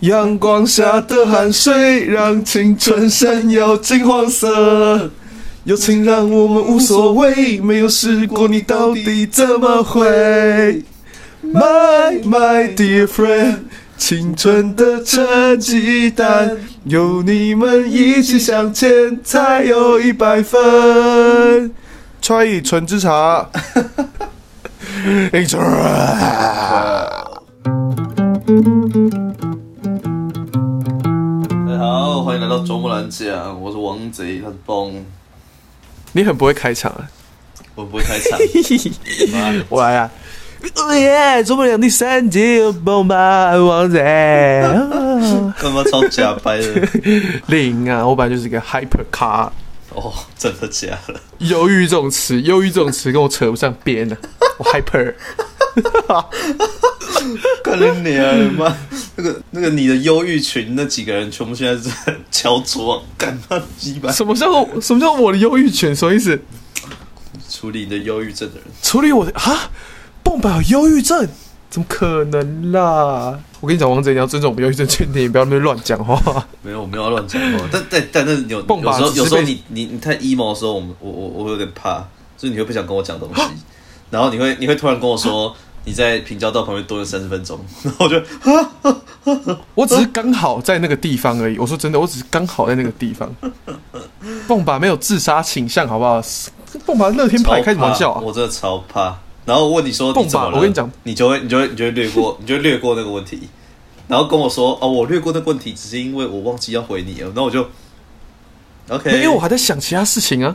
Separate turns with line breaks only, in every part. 阳光下的汗水让青春闪耀金黄色，友情让我们无所谓，没有试过你到底怎么会？My my dear friend，青春的成绩单，有你们一起向前，才有一百分。川以纯之茶，
大家好，欢迎来到周末兰讲，我是王贼，他是崩，
你很不会开场 啊！
我不会开场，妈的
我来哎啊！耶，周末两第三集，棒吧，王仔。 啊
他妈超假掰 的，
零啊，我本来就是一个 hyper 咖。
哦，真的假的？
忧郁这种词，忧郁这种词跟我扯不上边啊！我 hyper，
看你娘妈！那个那个你的忧郁群那几个人，全部现在在敲桌，干 他鸡巴！
什么叫做什么叫我的忧郁犬？什么意思？
处理你的忧郁症的人，
处理我的啊，蹦吧有忧郁症，怎么可能啦？我跟你讲，王者你要尊重我们忧郁症群体，你不要那边乱讲话。
没有，我没有要乱讲话，但但但是有有
蹦吧
时候
只是
有时候
被
你你你太 emo 的时候，我们我我我有点怕，就是你会不想跟我讲东 西，然后你会你会突然跟我说。你在平交道旁边蹲了三十分钟，然后我就
我只是刚好在那个地方而已。我说真的，我只是刚好在那个地 方。蹦吧没有自杀倾向，好不好？蹦吧乐天
超
派开什么玩笑
怕
啊？
我真的超怕。然后我问你说
蹦吧
你怎么了？
我跟你讲，
你就会你就会你就会略过，你就会略过那个问题，然后跟我说哦，我略过那个问题，只是因为我忘记要回你了。然后我就 OK，
因为我还在想其他事情啊。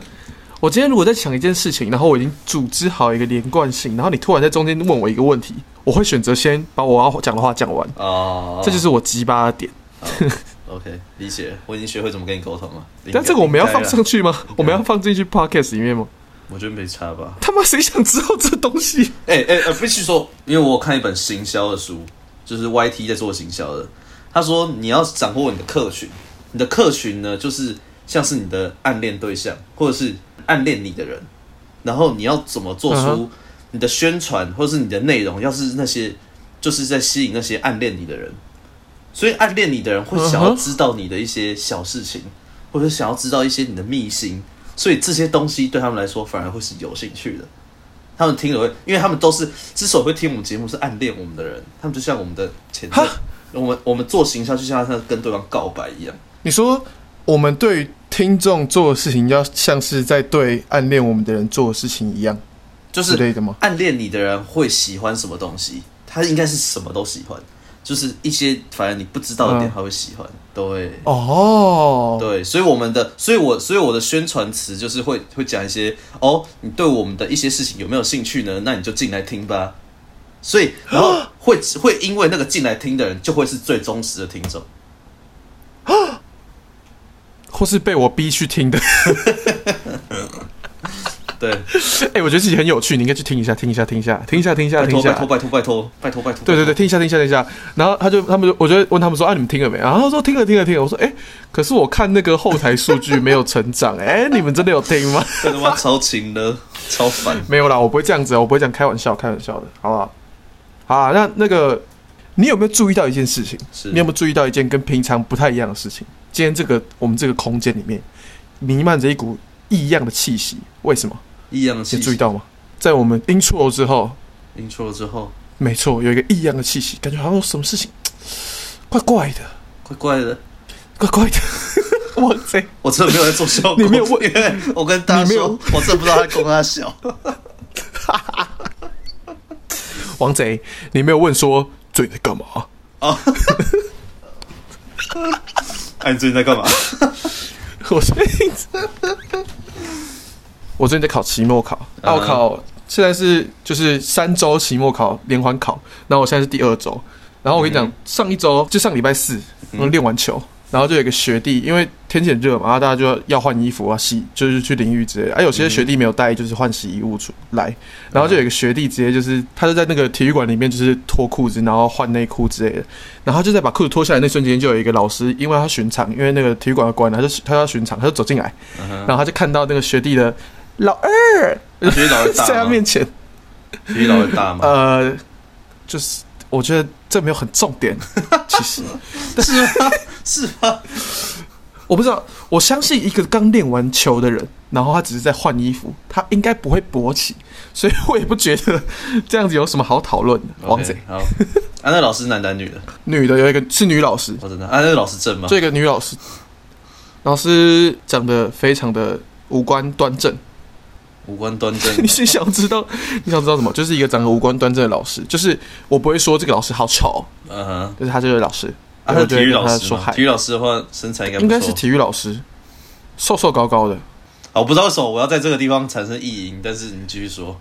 我今天如果在想一件事情，然后我已经组织好一个连贯性，然后你突然在中间问我一个问题，我会选择先把我要讲的话讲完，
哦，
这就是我鸡巴的点。
OK 理解。我已经学会怎么跟你沟通了。应该啊
但这个我们要放，上
应
去吗？我们要放进去 podcast 里面吗？
该啦我觉得没差吧。
他妈谁想知道这东西？
哎哎、呃必须说，因为我有看一本行销的书，就是 YT 在做行销的。他说你要掌握你的客群，你的客群呢，就是像是你的暗恋对象，或者是暗恋你的人。然后你要怎么做
嗯
出你的宣传，或者是你的内容，要是那些就是在吸引那些暗恋你的人。所以暗恋你的人会想要
嗯哼
知道你的一些小事情，或者想要知道一些你的秘辛，所以这些东西对他们来说反而会是有兴趣的。他们听了会，因为他们都是之所以会听我们节目，是暗恋我们的人，他们就像我们的前任
哈，
我们我们做行销就像他跟对方告白一样。
你说我们对听众做的事情，要像是在对暗恋我们的人做的事情一样
就
之
是
类的吗？
暗恋你的人会喜欢什么东西，他应该是什么都喜欢，就是一些反正你不知道的点
嗯
他会喜欢。对，
哦，
对，所以我们的，所以我，所以我的宣传词就是会会讲一些哦，你对我们的一些事情有没有兴趣呢？那你就进来听吧。所以，然后会会因为那个进来听的人，就会是最忠实的听众。
或是被我逼去听的。
对，
哎、我觉得自己很有趣，你应该去听一下，听一下，听一下，听一下，听一下，
拜
听一
托
下
拜。托拜托拜托拜托拜托。
对对对，听一下，听一下，听一下。然后他就他们就，我就问他们说啊，你们听了没？然后他说听了，听了，听了。我说哎、可是我看那个后台数据没有成长，哎、你们真的有听吗？
对，他妈超 勤的，超烦。
没有啦，我不会这样子，我不会这样开玩笑，开玩笑的，好不好？好啊，那那个，你有没有注意到一件事情？
是
你有没有注意到一件跟平常不太一样的事情？今天这个我们这个空间里面弥漫着一股异样的气息，为什么？
异样的
你
气
有注意
息。
到吗？在我们 intro 之后，
听错了之后，
没错，有一个异样的气息，感觉好像有什么事情怪怪的，
怪怪的，
怪怪的。 哇塞，
我真的没有在做效果。
你没有问
因为我跟大家
你没
说
有，
我真的不知道他公他 小。
王贼，你没有问说最近在干嘛？
哎，你最近在 干嘛？
我最近，我最近在考期末考，啊，我考现在是就是三周期末考连环考，然后我现在是第二周，然后我跟你讲，上一周就上礼拜四，我练完球，然后就有一个学弟，因为天气很热嘛，啊然后大家就要要换衣服啊，洗就是去淋浴之类的，啊，有些学弟没有带就是换洗衣物出来，然后就有一个学弟直接就是他就在那个体育馆里面就是脱裤子，然后换内裤之类的，然后他就在把裤子脱下来那瞬间，就有一个老师，因为他巡场，因为那个体育馆要关了，他就他要巡场，他就走进来，
嗯哼
然后他就看到那个学弟的老二
学弟老师大
在他
吗？
面前，
学弟老师大吗？
呃，就是我觉得这没有很重点，其实
是 吗？是吗？
我不知道，我相信一个刚练完球的人，然后他只是在换衣服，他应该不会勃起，所以我也不觉得这样子有什么好讨论的。王贼
OK，好，啊，那老师男男女的？
女的有一个是女老师，
哦，真的？啊，那个老师正吗？
这个女老师，老师长得非常的五官端 正。
五官端正
你是想知道你想知道什么？就是一个长得五官端正的老师，就是我不会说这个老师好丑，
嗯哼，
就是他这个老师，对
啊，是
我就
体
会
育
跟
老
他
师
说
吗？
嗨
体，育老师的话，身材应该不
应该
错
是体育老师，瘦瘦高高的。
啊，我不知道为什么我要在这个地方产生意淫，但是你继续说。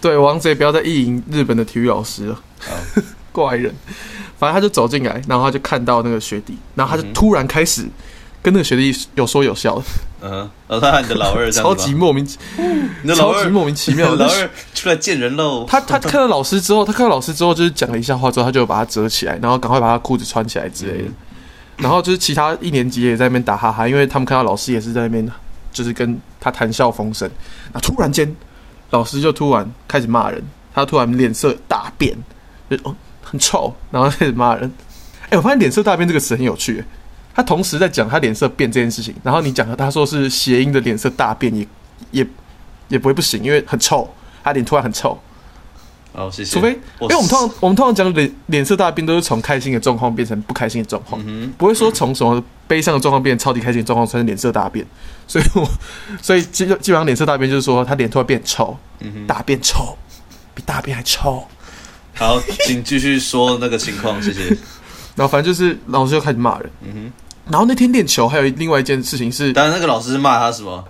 对，王贼不要再意淫日本的体育老师了，
哦
怪人。反正他就走进来，然后他就看到那个学弟，然后他就突然开始跟那个学弟有说有笑的，
嗯哼，哦，他喊你的老二 这
超
样
级
子吗，
莫名其
你的老
超级
二，
莫名其
你的
妙。
老
但是
二出来见人喽。
他他看到老师之后，他看到老师之后就是讲了一下话之后，他就把他折起来，然后赶快把他裤子穿起来之类的。然后就是其他一年级也在那边打哈哈，因为他们看到老师也是在那边，就是跟他谈笑风生。那突然间，老师就突然开始骂人，他突然脸色大变，就哦很臭，然后开始骂人。哎，我发现“脸色大变”这个词很有趣耶，他同时在讲他脸色变这件事情，然后你讲他说是谐音的脸色大变也也也不会不行，因为很臭，他脸突然很臭。
好，哦谢谢。
除非，因为我们通
常，
常我们通常讲脸脸色大变，都是从开心的状况变成不开心的状况，
嗯
不会说从什么悲伤的状况变成超级开心的状况，才是脸色大
嗯
变。所以我，所以基基本上脸色大变就是说他脸突然变臭，
哼，嗯哼，嗯
大变臭，比大便还臭。
好，请继续说那个情况，谢谢。
然后反正就是老师就开始骂人。
嗯
然后那天练球还有另外一件事情是
哼，，当然那个老师是骂他什么？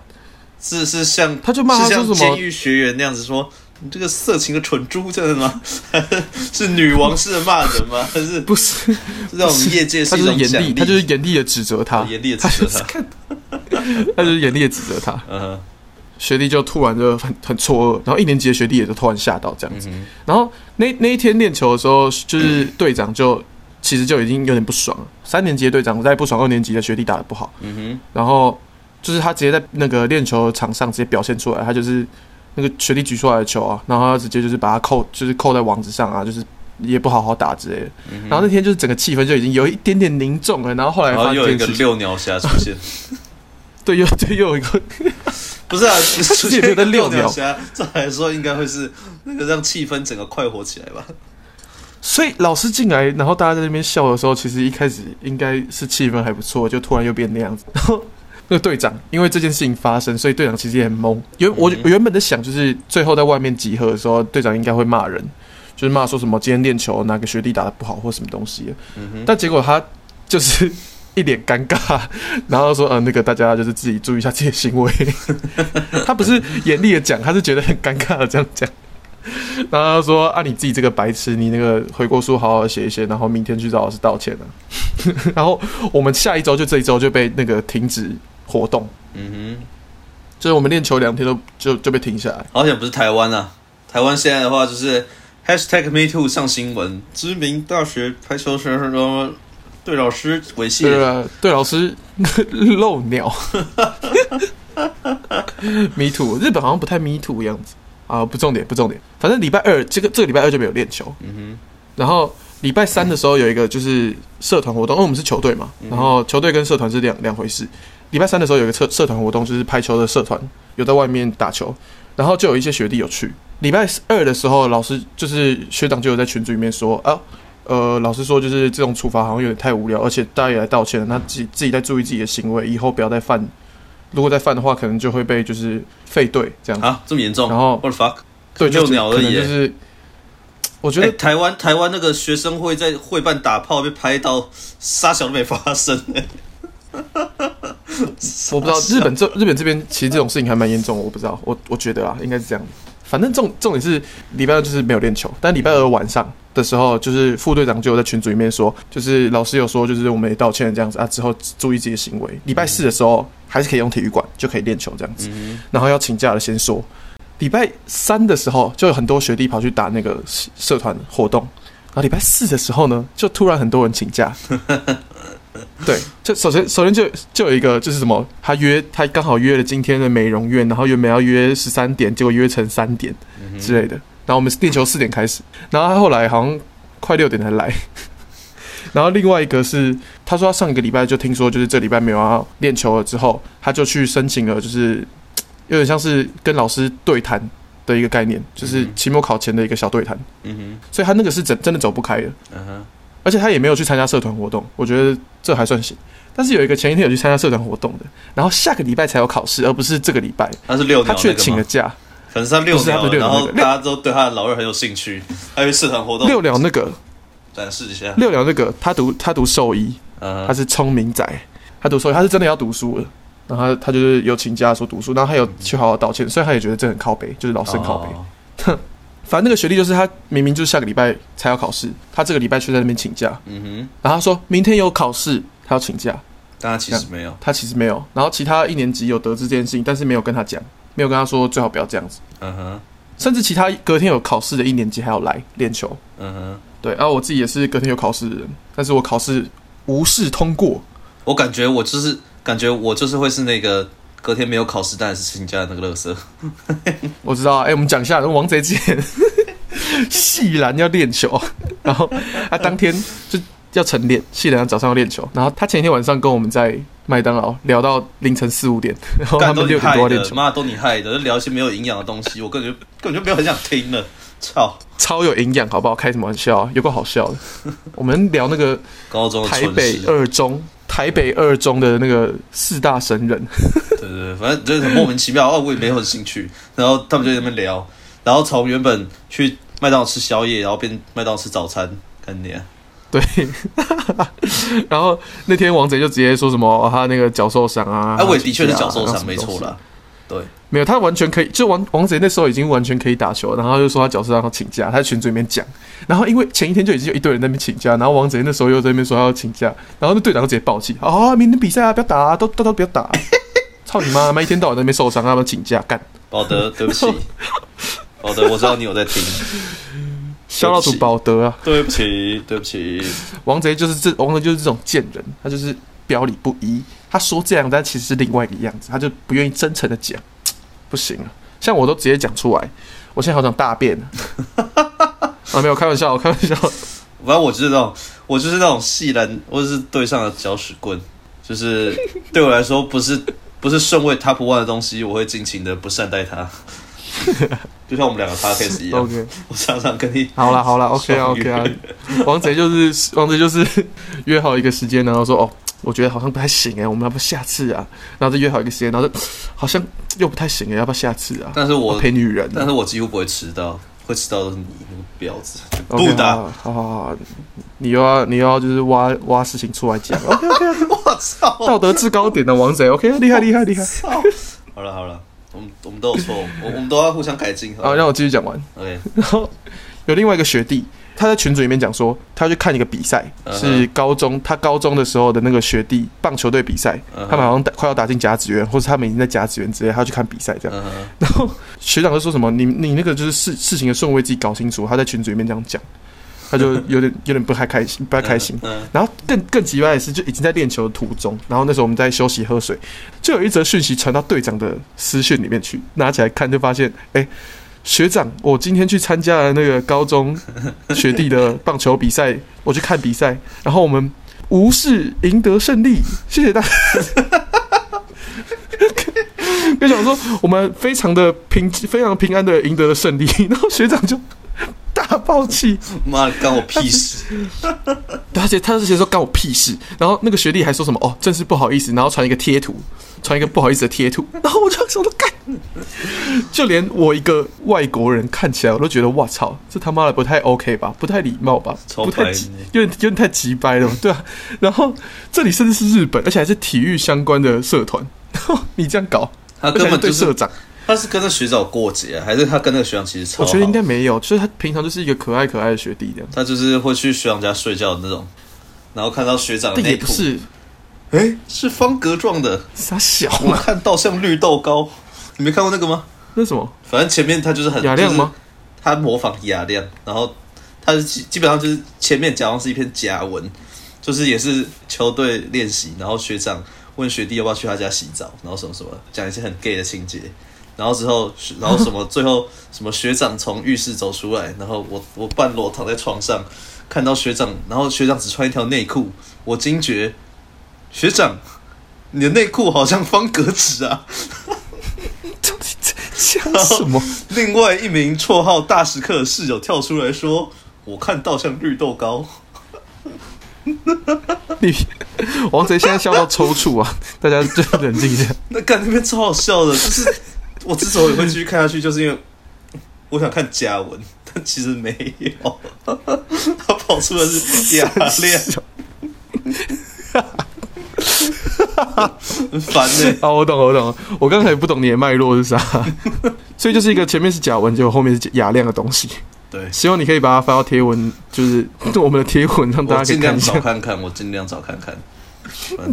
是是像
他就骂他
是像
说什么
监狱学员那样子说。你这个色情的蠢猪，这样子吗？ 是女王式的骂人吗？还是
不 是
是让我们业界
他
是
就是
一种
严
奖
厉，
励？
他就是严厉的指责他，
严厉的啊指责他。
他就是 严厉的指责他。
嗯哼，
学弟就突然就很很错愕，然后一年级的学弟也就突然吓到这样子。
嗯
然后那那一天练球的时候，就是队长就其实就已经有点不爽了。三年级的队长在不爽二年级的学弟打得不好，
嗯哼。
然后就是他直接在那个练球的场上直接表现出来，他就是那个学弟举出来的球啊，然后他直接就是把它扣，就是扣在网子上啊，就是也不好好打之类的。
嗯
然后那天就是整个气氛就已经有一点点凝重了，然后后来
然
发
后
现
哦又
这
有一
件
个
事情，
遛鸟侠出 现，
对，又对又有一个
不是啊，出
己也没有在
现一个
遛
遛
鸟
鸟侠，照来说应该会是那个让气氛整个快活起来吧？
所以老师进来，然后大家在那边笑的时候，其实一开始应该是气氛还不错，就突然又变那样子。然后那个队长因为这件事情发生，所以队长其实也很懵。原我我原本在想，就是最后在外面集合的时候，队长应该会骂人，就是骂说什么今天练球哪个学弟打得不好或什么东西的。
嗯哼，
但结果他就是 一脸尴尬， 然后说：“呃，那个大家就是自己注意一下自己的行为。” 他不是严厉的讲，他是觉得很尴尬的这样讲。 然后他说：“啊，你自己这个白痴，你那个悔过书好好写一写，然后明天去找老师道歉啊。” 然后我们下一周就这一周就被那个停止活动，
嗯
就是我们练球两天都就就被停下来。
哼，好险不是台湾啊！台湾现在的话就是 hashtag me too 上新闻，知名大学排球选手中对老师猥
对
亵，
啊，对老师 漏鸟 迷途，日本好像不太迷途样子啊，不重点不重点，反正礼拜二这个这个礼拜二就没有练球，
嗯
然后礼拜三的时候有一个就是社团活动，因为我们是球队嘛，
嗯
然后球队跟社团是两两回事。礼拜三的时候有一个社社团活动，就是排球的社团有在外面打球，然后就有一些学弟有去。礼拜二的时候，老师就是学长就有在群组里面说啊，呃，老师说就是这种处罚好像有点太无聊，而且大家也来道歉了，那自己自己再注意自己的行为，以后不要再犯。如果再犯的话，可能就会被就是废队这样子。
哼，啊，这么严重
然后
？What the fuck？
对，就
遛
是
鸟而
可能
已
就
欸
是我觉
哎、
得
台湾台湾那个学生会在会办打炮被拍到，杀小都没发 生、欸。
我不知道日本这日本这边其实这种事情还蛮严重的，我不知道，我我觉得啊，应该是这样。反正重重点是礼拜二就是没有练球，但礼拜二晚上的时候，就是副队长就有在群组里面说，就是老师有说，就是我们也道歉这样子啊，之后注意自己的行为。礼拜四的时候还是可以用体育馆就可以练球这样子，然后要请假了先说。礼拜三的时候就有很多学弟跑去打那个社社团活动，然后礼拜四的时候呢，就突然很多人请假， 对，就首先首先就就有一个就是什么，他约他刚好约了今天的美容院，然后原本要约十三点，结果约成三点之类的。然后我们练球四点开始，然后他后来好像快六点才来。 然后另外一个是，他说他上一个礼拜就听说，就是这礼拜没有要练球了，之后他就去申请了，就是有点像是跟老师对谈的一个概念，就是
嗯
期末考前的一个小对谈。
嗯
所以他那个是真真的走不开的，
哼，嗯哼，
而且他也没有去参加社团活动，我觉得这还算行。但是有一个前一天有去参加社团活动的，然后下个礼拜才有考试，而不是这个礼拜。
他是六
他
鸟
去
那
请
个
了
吗？
假，
可能是他六
不是他
鸟
不
了，
是六鸟那
然后
个
大家都对他的老二很有兴趣，他去社团活动
六两那个
展示一下。
六两那个，他读他读兽医，
嗯
他
哼，
是聪明仔，他读书，他是真的要读书了。然后他他就是有请假说读书，然后他有去好好道歉，虽然他也觉得这很靠背，就是老师很靠背。
哦
反正那个学历就是他明明就是下个礼拜才要考试，他这个礼拜却在那边请假，
嗯哼，
然后他说明天有考试，他要请假，
但他其实没有。
他其实没有。然后其他一年级有得知这件事情，但是没有跟他讲，没有跟他说最好不要这样子。
嗯哼，
甚至其他隔天有考试的一年级还要来练球，
嗯哼，
对。然后我自己也是隔天有考试的人，但是我考试无视通过，
我感觉我就是感觉我就是会是那个隔天没有考试但是请假的那个乐色。
哦我知道啊，哎、我们讲一下《王贼之 眼》，细兰要练球，然后他当天就要晨练，细兰早上要练球，然后他前一天晚上跟我们在麦当劳聊到凌晨四五点， 然后他
干都
们
你
六点
害
多要练
的，
球，
妈都你害的，就聊一些没有营养的东西，我根本就根本就没有很想听了。操，
超有营养，好不好？开什么玩笑啊，有够好笑的。我们聊那个
高中的
台
蠢
北
事，
二中，台北二中的那个四大神人，
对对对，反正就是很莫名其妙，哦，我也没有很兴趣。然后他们就在那边聊，然后从原本去麦当劳吃宵夜，然后变麦当劳吃早餐，干你、啊！
对。 然后那天王贼就直接说什么、哦他那个脚受伤啊，
哎、我也
他
的确是
请假
脚
啊
受
然后
伤，
什么
没
东
错
西
啦。
没有，他完全可以，就王王贼那时候已经完全可以打球，然后他就说他脚受伤，他请假，他在群组里面讲，然后因为前一天就已经有一堆人在那边请假，然后王贼那时候又在那边说他要请假，然后那队长就直接暴气，啊、明天比赛啊，不要打、啊，都都都不要打、操你妈，他妈一天到晚在那边受伤，他妈请假干，
保德，对不 起，保德，我知道你有在听，
肖老
对不
祖
起
保德啊，
对不起， 对不起，
王贼就是这王贼就是这种贱人，他就是表里不一，他说这样，但其实是另外一个样子，他就不愿意真诚的讲，不行了，像我都直接讲出来，我现在好想大便啊， 啊没有开玩笑，我开玩 笑。
反正我就是那种，我就是那种细人，我就是队上的搅屎棍，就是对我来说不是 不是顺位 top one 的东西，我会尽情的不善待它， 就像我们两个 podcast 一样，
OK，
我常常跟你
好啦 好啦，OK 啊
双语
OK 啊，王贼就是王贼就是 约好一个时间，然后说哦，我觉得好像不太行哎，我们要不下次啊？然后再约好一个时间，然后就好像又不太行哎，要不要下次啊？
但是我
陪女人啊，
但是我几乎不会迟到，会迟到的是你那个婊子，
OK，
不打，
好好好好，你又要你又要就是挖挖事情出来 讲，OK OK，
我操，
道德制高点的王 贼，OK，厉害厉害厉害。
操，好了好了，我们我们都有错，我我们都要互相改进，
啊，
好
让我继续讲完。
，OK，
然后有另外一个学弟，他在群组里面讲说，他去看一个比赛，
嗯哼
是高中他高中的时候的那个学弟棒球队比赛，
嗯哼
他们好像打快要打进甲子园，或是他们已经在甲子园之类，他要去看比赛这样。
嗯哼，
然后学长就说什么，你你那个就是事事情的顺位自己搞清楚，他在群组里面这样讲，他就有点有点不太开心，不太开心。
嗯，
然后更更奇怪的是，就已经在练球的途中，然后那时候我们在休息喝水，就有一则讯息传到队长的私讯里面去，拿起来看就发现，哎，学长，我今天去参加了那个高中学弟的棒球比赛，我去看比赛，然后我们无视赢得胜利，谢谢大家。 就想说我们非常的平非常平安的赢得了胜利，然后学长就大爆气，
嗯妈的干我屁 事，
对，而且他之前说干我屁事，然后那个学弟还说什么哦，真是不好意思，然后传一个贴图，传一个不好意思的贴图，然后我就想说干， 就连我一个外国人看起来我都觉得哇操，这他妈的不太 OK 吧，不太礼貌吧，
超
不太
白
急
目
有点有点太急掰了吧，对啊，然后这里甚至是日本，而且还是体育相关的社团， 然后你这样搞，
他
而且
根
还是
本就
对
是
社长，
他是跟那学长过节、还是他跟那个学长其实超
我
好？
觉得应该没有，就是他平常就是一个可爱可爱的学弟这样，
他就是会去学长家睡觉的那种，然后看到学长的
但
内
也不
裤，
是
哎、是方格状的，
傻小
我
啊，
看到像绿豆糕，你没看过那个吗？
那什么
反正前面他就是很
雅亮？
就
吗
是？他模仿雅亮，然后他是基基本上就是前面假装是一篇假文，就是也是球队练习，然后学长问学弟要不要去他家洗澡，然后什么什么讲一些很 gay 的情节，然后之后然后什么最后什么学长从浴室走出来，然后我我半裸躺在床上。看到学长，然后学长只穿一条内裤，我惊觉，学长，你的内裤好像方格子啊。
到底在讲什 么？
另外一名绰号大食客的室友跳出来说：“我看到像绿豆糕。
你王贼现在笑到抽搐啊！大家就冷静一下。”
那干那边超好笑的，就是 我之所以会继续看下去，就是因为我想看嘉文，但其实没有，他跑出的是雅亮，很烦欸呢、
啊，我懂，我懂，我刚才也不懂你的脉络是啥，所以就是一个前面是甲文，结果后面是雅亮的东西。
对，
希望你可以把它发到贴文，就是我们的贴文，让大家可
我
以
尽
看
量
一下
找。看看，我尽量找 看看。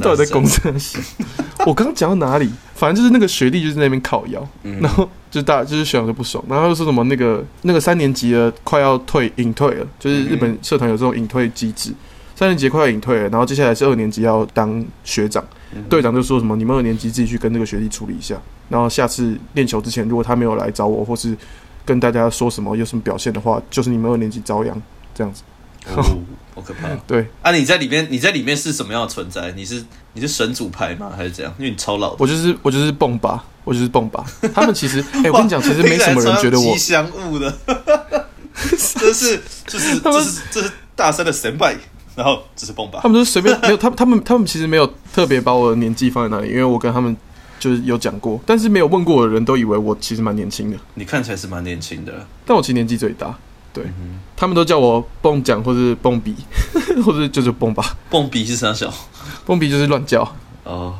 到底在公
作？
车上？ 我刚刚讲到哪里？反正就是那个学弟就是在那边靠腰，
嗯
然后就大就是学长就不爽，然后他就说什么那个那个三年级的快要退隐退了，就是日本社团有这种隐退机制，三年级快要隐退了，然后接下来是二年级要当学长，队长就说什么你们二年级自己去跟这个学弟处理一下，然后下次练球之前如果他没有来找我或是跟大家说什么有什么表现的话，就是你们二年级遭殃这样子。
哦，好可怕。
对
啊，你在里面，你在里面是什么样的存在？你是你是神主牌吗？还是怎样？因为你超老的。
我就是我就是蹦吧，我就是蹦 吧。他们其实，哎、我
哇
跟你讲，其实没什么人觉得我
听，起来超像吉祥物的， 这是这是
他们
这是这是大三的神拜，然后这是蹦吧
他。们就是随便没有，他们他们他们其实没有特别把我的年纪放在哪里，因为我跟他们就是有讲过，但是没有问过我的人都以为我其实蛮年轻的，
你看起来是蛮年轻的，
但我其实年纪最大。对
嗯哼
他们都叫我蹦奖或是蹦比， 或者就是蹦吧，
蹦比是啥小
蹦比就是乱叫，
哦。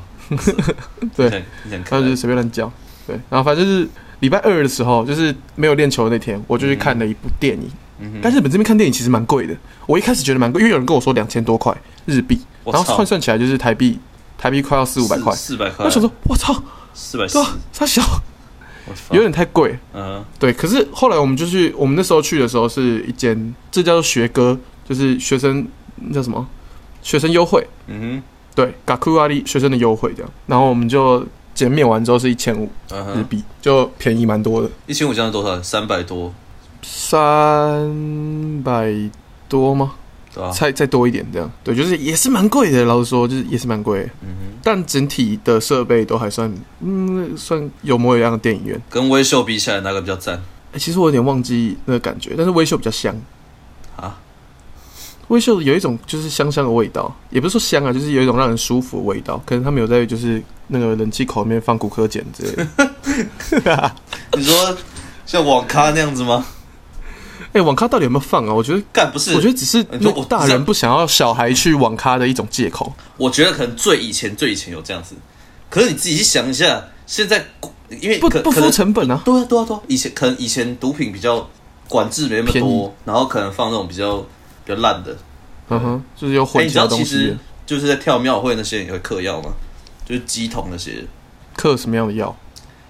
对
你想，你想
他
看
就是随便乱叫。对，然后反正就是礼拜二的时候，就是没有练球的那天，我就去看了一部电影。
嗯
但日本这边看电影其实蛮贵的，我一开始觉得蛮贵，因为有人跟我说两千多块日币，
我
然
操
后换算起来就是台币，台币快要四五百块。
四百块，
我想说，我操，
四百四
对，啊，它小，
我 操
有点太贵。
嗯
对，可是后来我们就去，我们那时候去的时候是一间，这叫做学歌，就是学生那叫什么学生优惠，
嗯
对，Gakuari 学生的优惠这样。然后我们就减免完之后是一千五
哼嗯
日
哼，
币，就便宜蛮多的，
一千五将近多少？三百多，
三百多吗？
对吧？
再再多一点这样，对，就是也是蛮贵的，老实说，就是也是蛮贵的，
嗯哼，
但整体的设备都还算，嗯，算有模有样的电影院。
跟微秀比起来，哪个比较赞
欸其实我有点忘记那个感觉，但是微秀比较香，
啊？
微秀有一种就是香香的味道，也不是说香啊，就是有一种让人舒服的味道。可能他们有在就是那个冷气口里面放骨科碱之类 的。
你说像网咖那样子吗？
哎、网咖到底有没有放啊？我觉得，
干不是，
我觉得只是
你说我
那大人不想要小孩去网咖的一种借口。
我觉得可能最以前最以前有这样子，可是你自己去想一下，现在因为
不
可
不
可
敷
能
成本啊
对啊对啊对啊，以前可能以前毒品比较管制没那么
便宜
多，然后可能放那种比较比较烂的。
嗯哼，就是有
哎、
混
你知
淆
道
的东
其
西
实
的，
就是在跳庙会那些人也会嗑药嘛，就是鸡桶那些，
嗑什么样的药？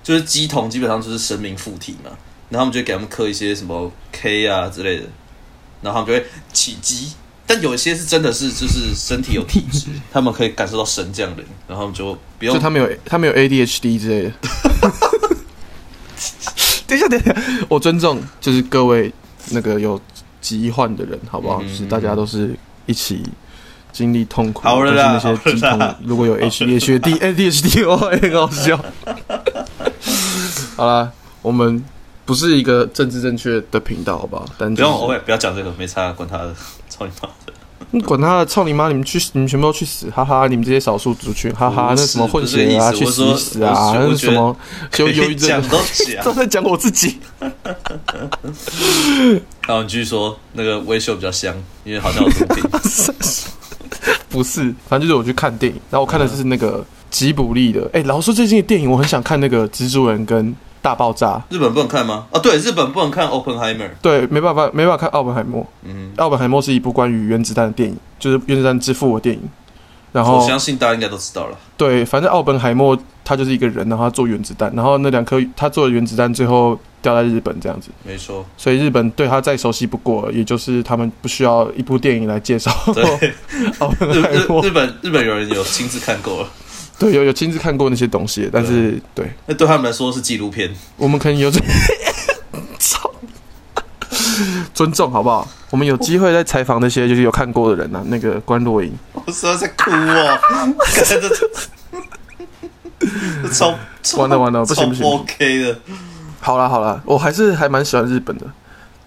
就是鸡桶基本上就是神明附体嘛，然后他们就会给他们嗑一些什么 K 啊之类的，然后他们就会起鸡。但有一些是真的是就是身体有体 质，他们可以感受到神降临，然后他们就不用
就他们有他们有 ADHD 之类的。 等一下，等一下，我尊重就是各位那个有疾患的人，好不好？
嗯
就是大家都是一起经历痛苦，
好了啦
都是那些疾
好了
痛
啦，
如果有 ADHD、ADHD 哦，很好笑。好啦，我们不是一个政治正确的频道，好不好？但
不
就是
用，我也不要讲这个，没差，管他的，操你妈的！
你管他的，操你妈！你们去，你们全部都去死！哈哈，你们这些少数族群，哈哈，
不
那
是
什么混血啊，
不是
去
意思
死
我
一
说
死啊
我，是
那
我
是
觉得
什么 有忧郁症
讲，啊都 讲
都，在讲我自己。
然后你继续说那个微秀比较香，因为好像有毒品。
不是，反正就是我去看电影，然后我看的是那个吉卜力的。哎、老实说，最近的电影我很想看那个《蜘蛛人》跟《大爆炸》。
日本不能看吗？啊，对，日本不能看 Oppenheimer。
对，没办法，没办法看《奥本海默》。
嗯，
《奥本海默》是一部关于原子弹的电影，就是原子弹之父的电影。然后
我相信大家应该都知道了。
对，反正奥本海默他就是一个人，然后他做原子弹，然后那两颗他做的原子弹最后掉在日本这样子，
没错，
所以日本对他再熟悉不过了，也就是他们不需要一部电影来介绍
对，
奥本
日
海默
日。日本日本有人有亲自看过了，
对，有有亲自看过那些东西，但是对
那对他们来说是纪录片。
我们可能有这操， 尊重好不好？我们有机会再采访那些就是有看过的人呐、啊，那个关若英，
我实在在哭哦，真的，这超超
完了完了不行
超
不行
OK 的，
好啦好啦，我还是还蛮喜欢日本的，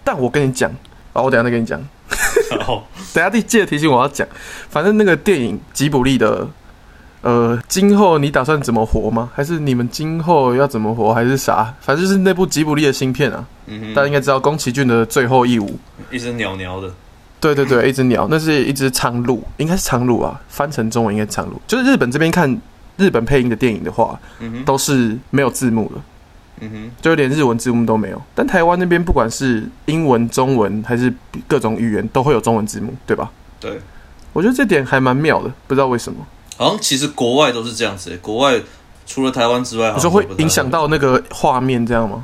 但我跟你讲，啊，我等一下再跟你讲，
然后
等一下记得提醒我要讲，反正那个电影吉卜力的，呃，今后你打算怎么活吗？还是你们今后要怎么活，还是啥？反正就是那部吉卜力的新片啊，
嗯
大家
哼，
应该知道宫崎骏的最后一舞，
一只鸟鸟的，
对对对，一只鸟，那是一只苍鹭，应该是苍鹭啊，翻成中文应该是苍鹭。就是日本这边看日本配音的电影的话，
嗯哼，
都是没有字幕的，
嗯哼，
就连日文字幕都没有。但台湾那边不管是英文、中文还是各种语言，都会有中文字幕，对吧？
对，
我觉得这点还蛮妙的，不知道为什么。
好像其实国外都是这样子，欸国外除了台湾之外，好
你说
像
会
啊都不太
影响，到那个画面这样吗？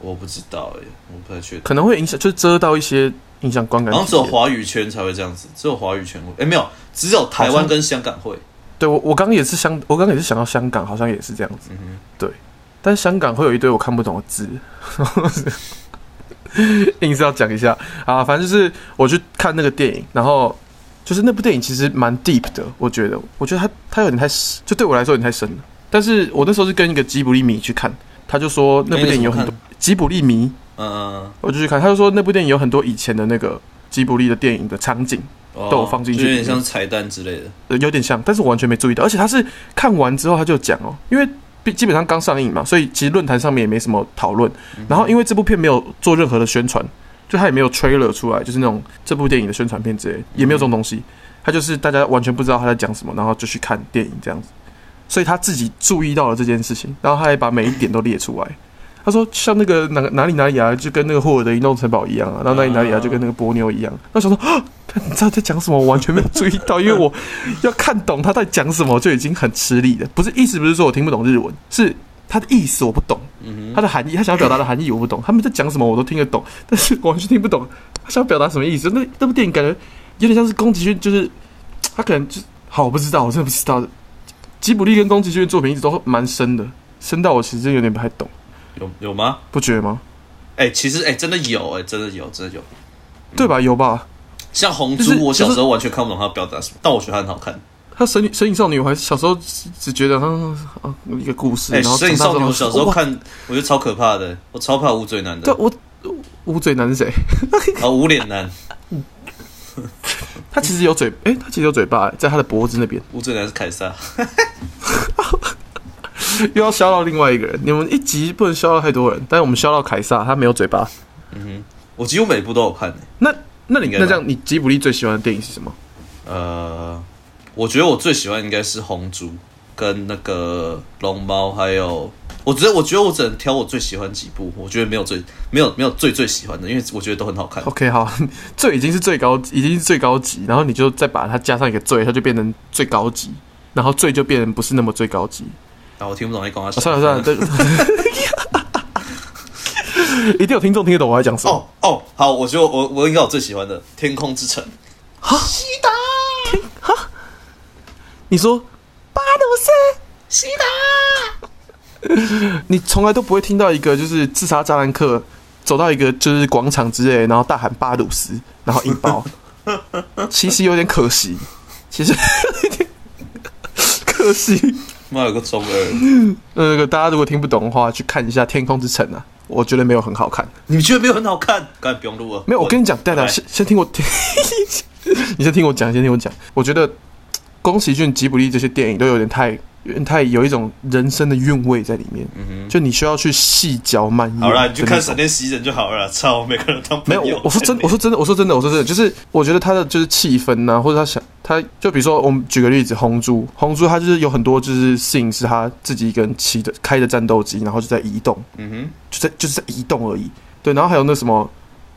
我不知道哎，我不太确定，
可能会影响，就是遮到一些影响观感体
好
验。
像只有华语圈才会这样子，只有华语圈会，哎，没有，只有台
好
湾
像
跟香港会，
对我，我刚刚也是香，我刚刚也是想到香港，好像也是这样子。
嗯哼，
但香港会有一堆我看不懂的字， 硬是要讲一下啊。反正就是我去看那个电影，然后就是那部电影其实蛮 deep 的，我觉得，我觉得它它有点太深，就对我来说有点太深了。但是我那时候是跟一个吉卜力迷去看，他就说那部电影有很
哎你怎
多
么
吉卜力迷，
嗯，
我就去看，他就说那部电影有很多以前的那个吉卜力的电影的场景，
哦
都有放进去
就有点像彩蛋之类的，
呃有点像，但是我完全没注意到。而且他是看完之后他就讲哦，因为毕基本上刚上映嘛，所以其实论坛上面也没什么讨论。然后因为这部片没有做任何的宣传，就他也没有 trailer 出来，就是那种这部电影的宣传片之类，也没有这种东西。他就是大家完全不知道他在讲什么，然后就去看电影这样子。所以他自己注意到了这件事情，然后他还把每一点都列出来。他说像那个哪哪里哪里啊，就跟那个霍尔的移动城堡一样啊，然后哪里哪里啊，就跟那个波妞一样。那我想说，啊你知道在讲什么？我完全没有注意到，因为我要看懂他在讲什么就已经很吃力了。不是意思不是说我听不懂日文，是他的意思我不懂，
嗯
他的含义，他想要表达的含义我不懂。他们在讲什么我都听得懂， 但是我完全听不懂他想要表达什么意思。那那部电影感觉有点像是宫崎骏，就是他可能就是好，我不知道，我真的不知道。吉卜力跟宫崎骏的作品一直都蛮深的，深到我其实有点不太懂，
哼，有有吗？
不觉得吗？
哎、其实哎、真的有哎、真的有，真的有。
对吧？有吧？
像红
就是
猪，我小
就是
时候完全看不懂他表达什么，但我觉得他很好看。
他神女神隐少女，我还小时候只只觉得嗯啊一个故事，
哎、
然后
摄影
长大之
少女，
后
我小时候
哇
看，我觉得超可怕的，我超怕无嘴男的
对，我捂嘴欸男是谁？
啊，无脸男，
他其实有嘴，诶，他其实有嘴巴，在他的脖子那边。
无嘴男是凯撒。
又要消到另外一个人，你们一集不能消到太多人，但是我们消到凯撒，他没有嘴巴。
我几乎每部都有看、欸，
那那你
应该吧
那这样，你吉卜力最喜欢的电影是什么？
呃，我觉得我最喜欢应该是红猪跟那个龙猫，还有我觉得我觉得我只能挑我最喜欢几部，我觉得没有最没有没有最最喜欢的，因为我觉得都很好看。
OK，好， 这已经是最高，已经是最高级，然后你就再把它加上一个最，它就变成最高级，然后最就变成不是那么最高级。
然后我听不懂在讲他
啊、
小、
算了算了， 对，哦一定有听众听得懂我在讲什么。
哦哦，好，我觉得我我应该有最喜欢的《天空之城》。
你说巴鲁斯，
西达，
你从来都不会听到一个就是自杀渣男客走到一个就是广场之类，然后大喊巴鲁斯，然后引 爆，其实有点可惜，其实有点可惜。
妈有个中二，
那个大家如果听不懂的话，去看一下《天空之城》啊，我觉得没有很好看。
你觉得没有很好看？干不用录了。
没有，我跟你讲，蛋蛋，
来
先先听我 听，你先听我讲，先听我讲。我觉得宫崎骏、吉卜力这些电影都有点太、有点太有一种人生的韵味在里面，
嗯
就你需要去细嚼慢咽。
哼，好啦，你去
真
看《
的
闪电袭人》就好了啦。操，每个人当朋
没有，
友。
我我说真，我说真的，我说真的，我说真的，就是我觉得他的就是气氛呐、或者他想，他就比如说我们举个例子，红猪，红猪他就是有很多就是事情是他自己一个人骑着开着战斗机，然后就在移动，
嗯
就在就是在移动而已。对，然后还有那什么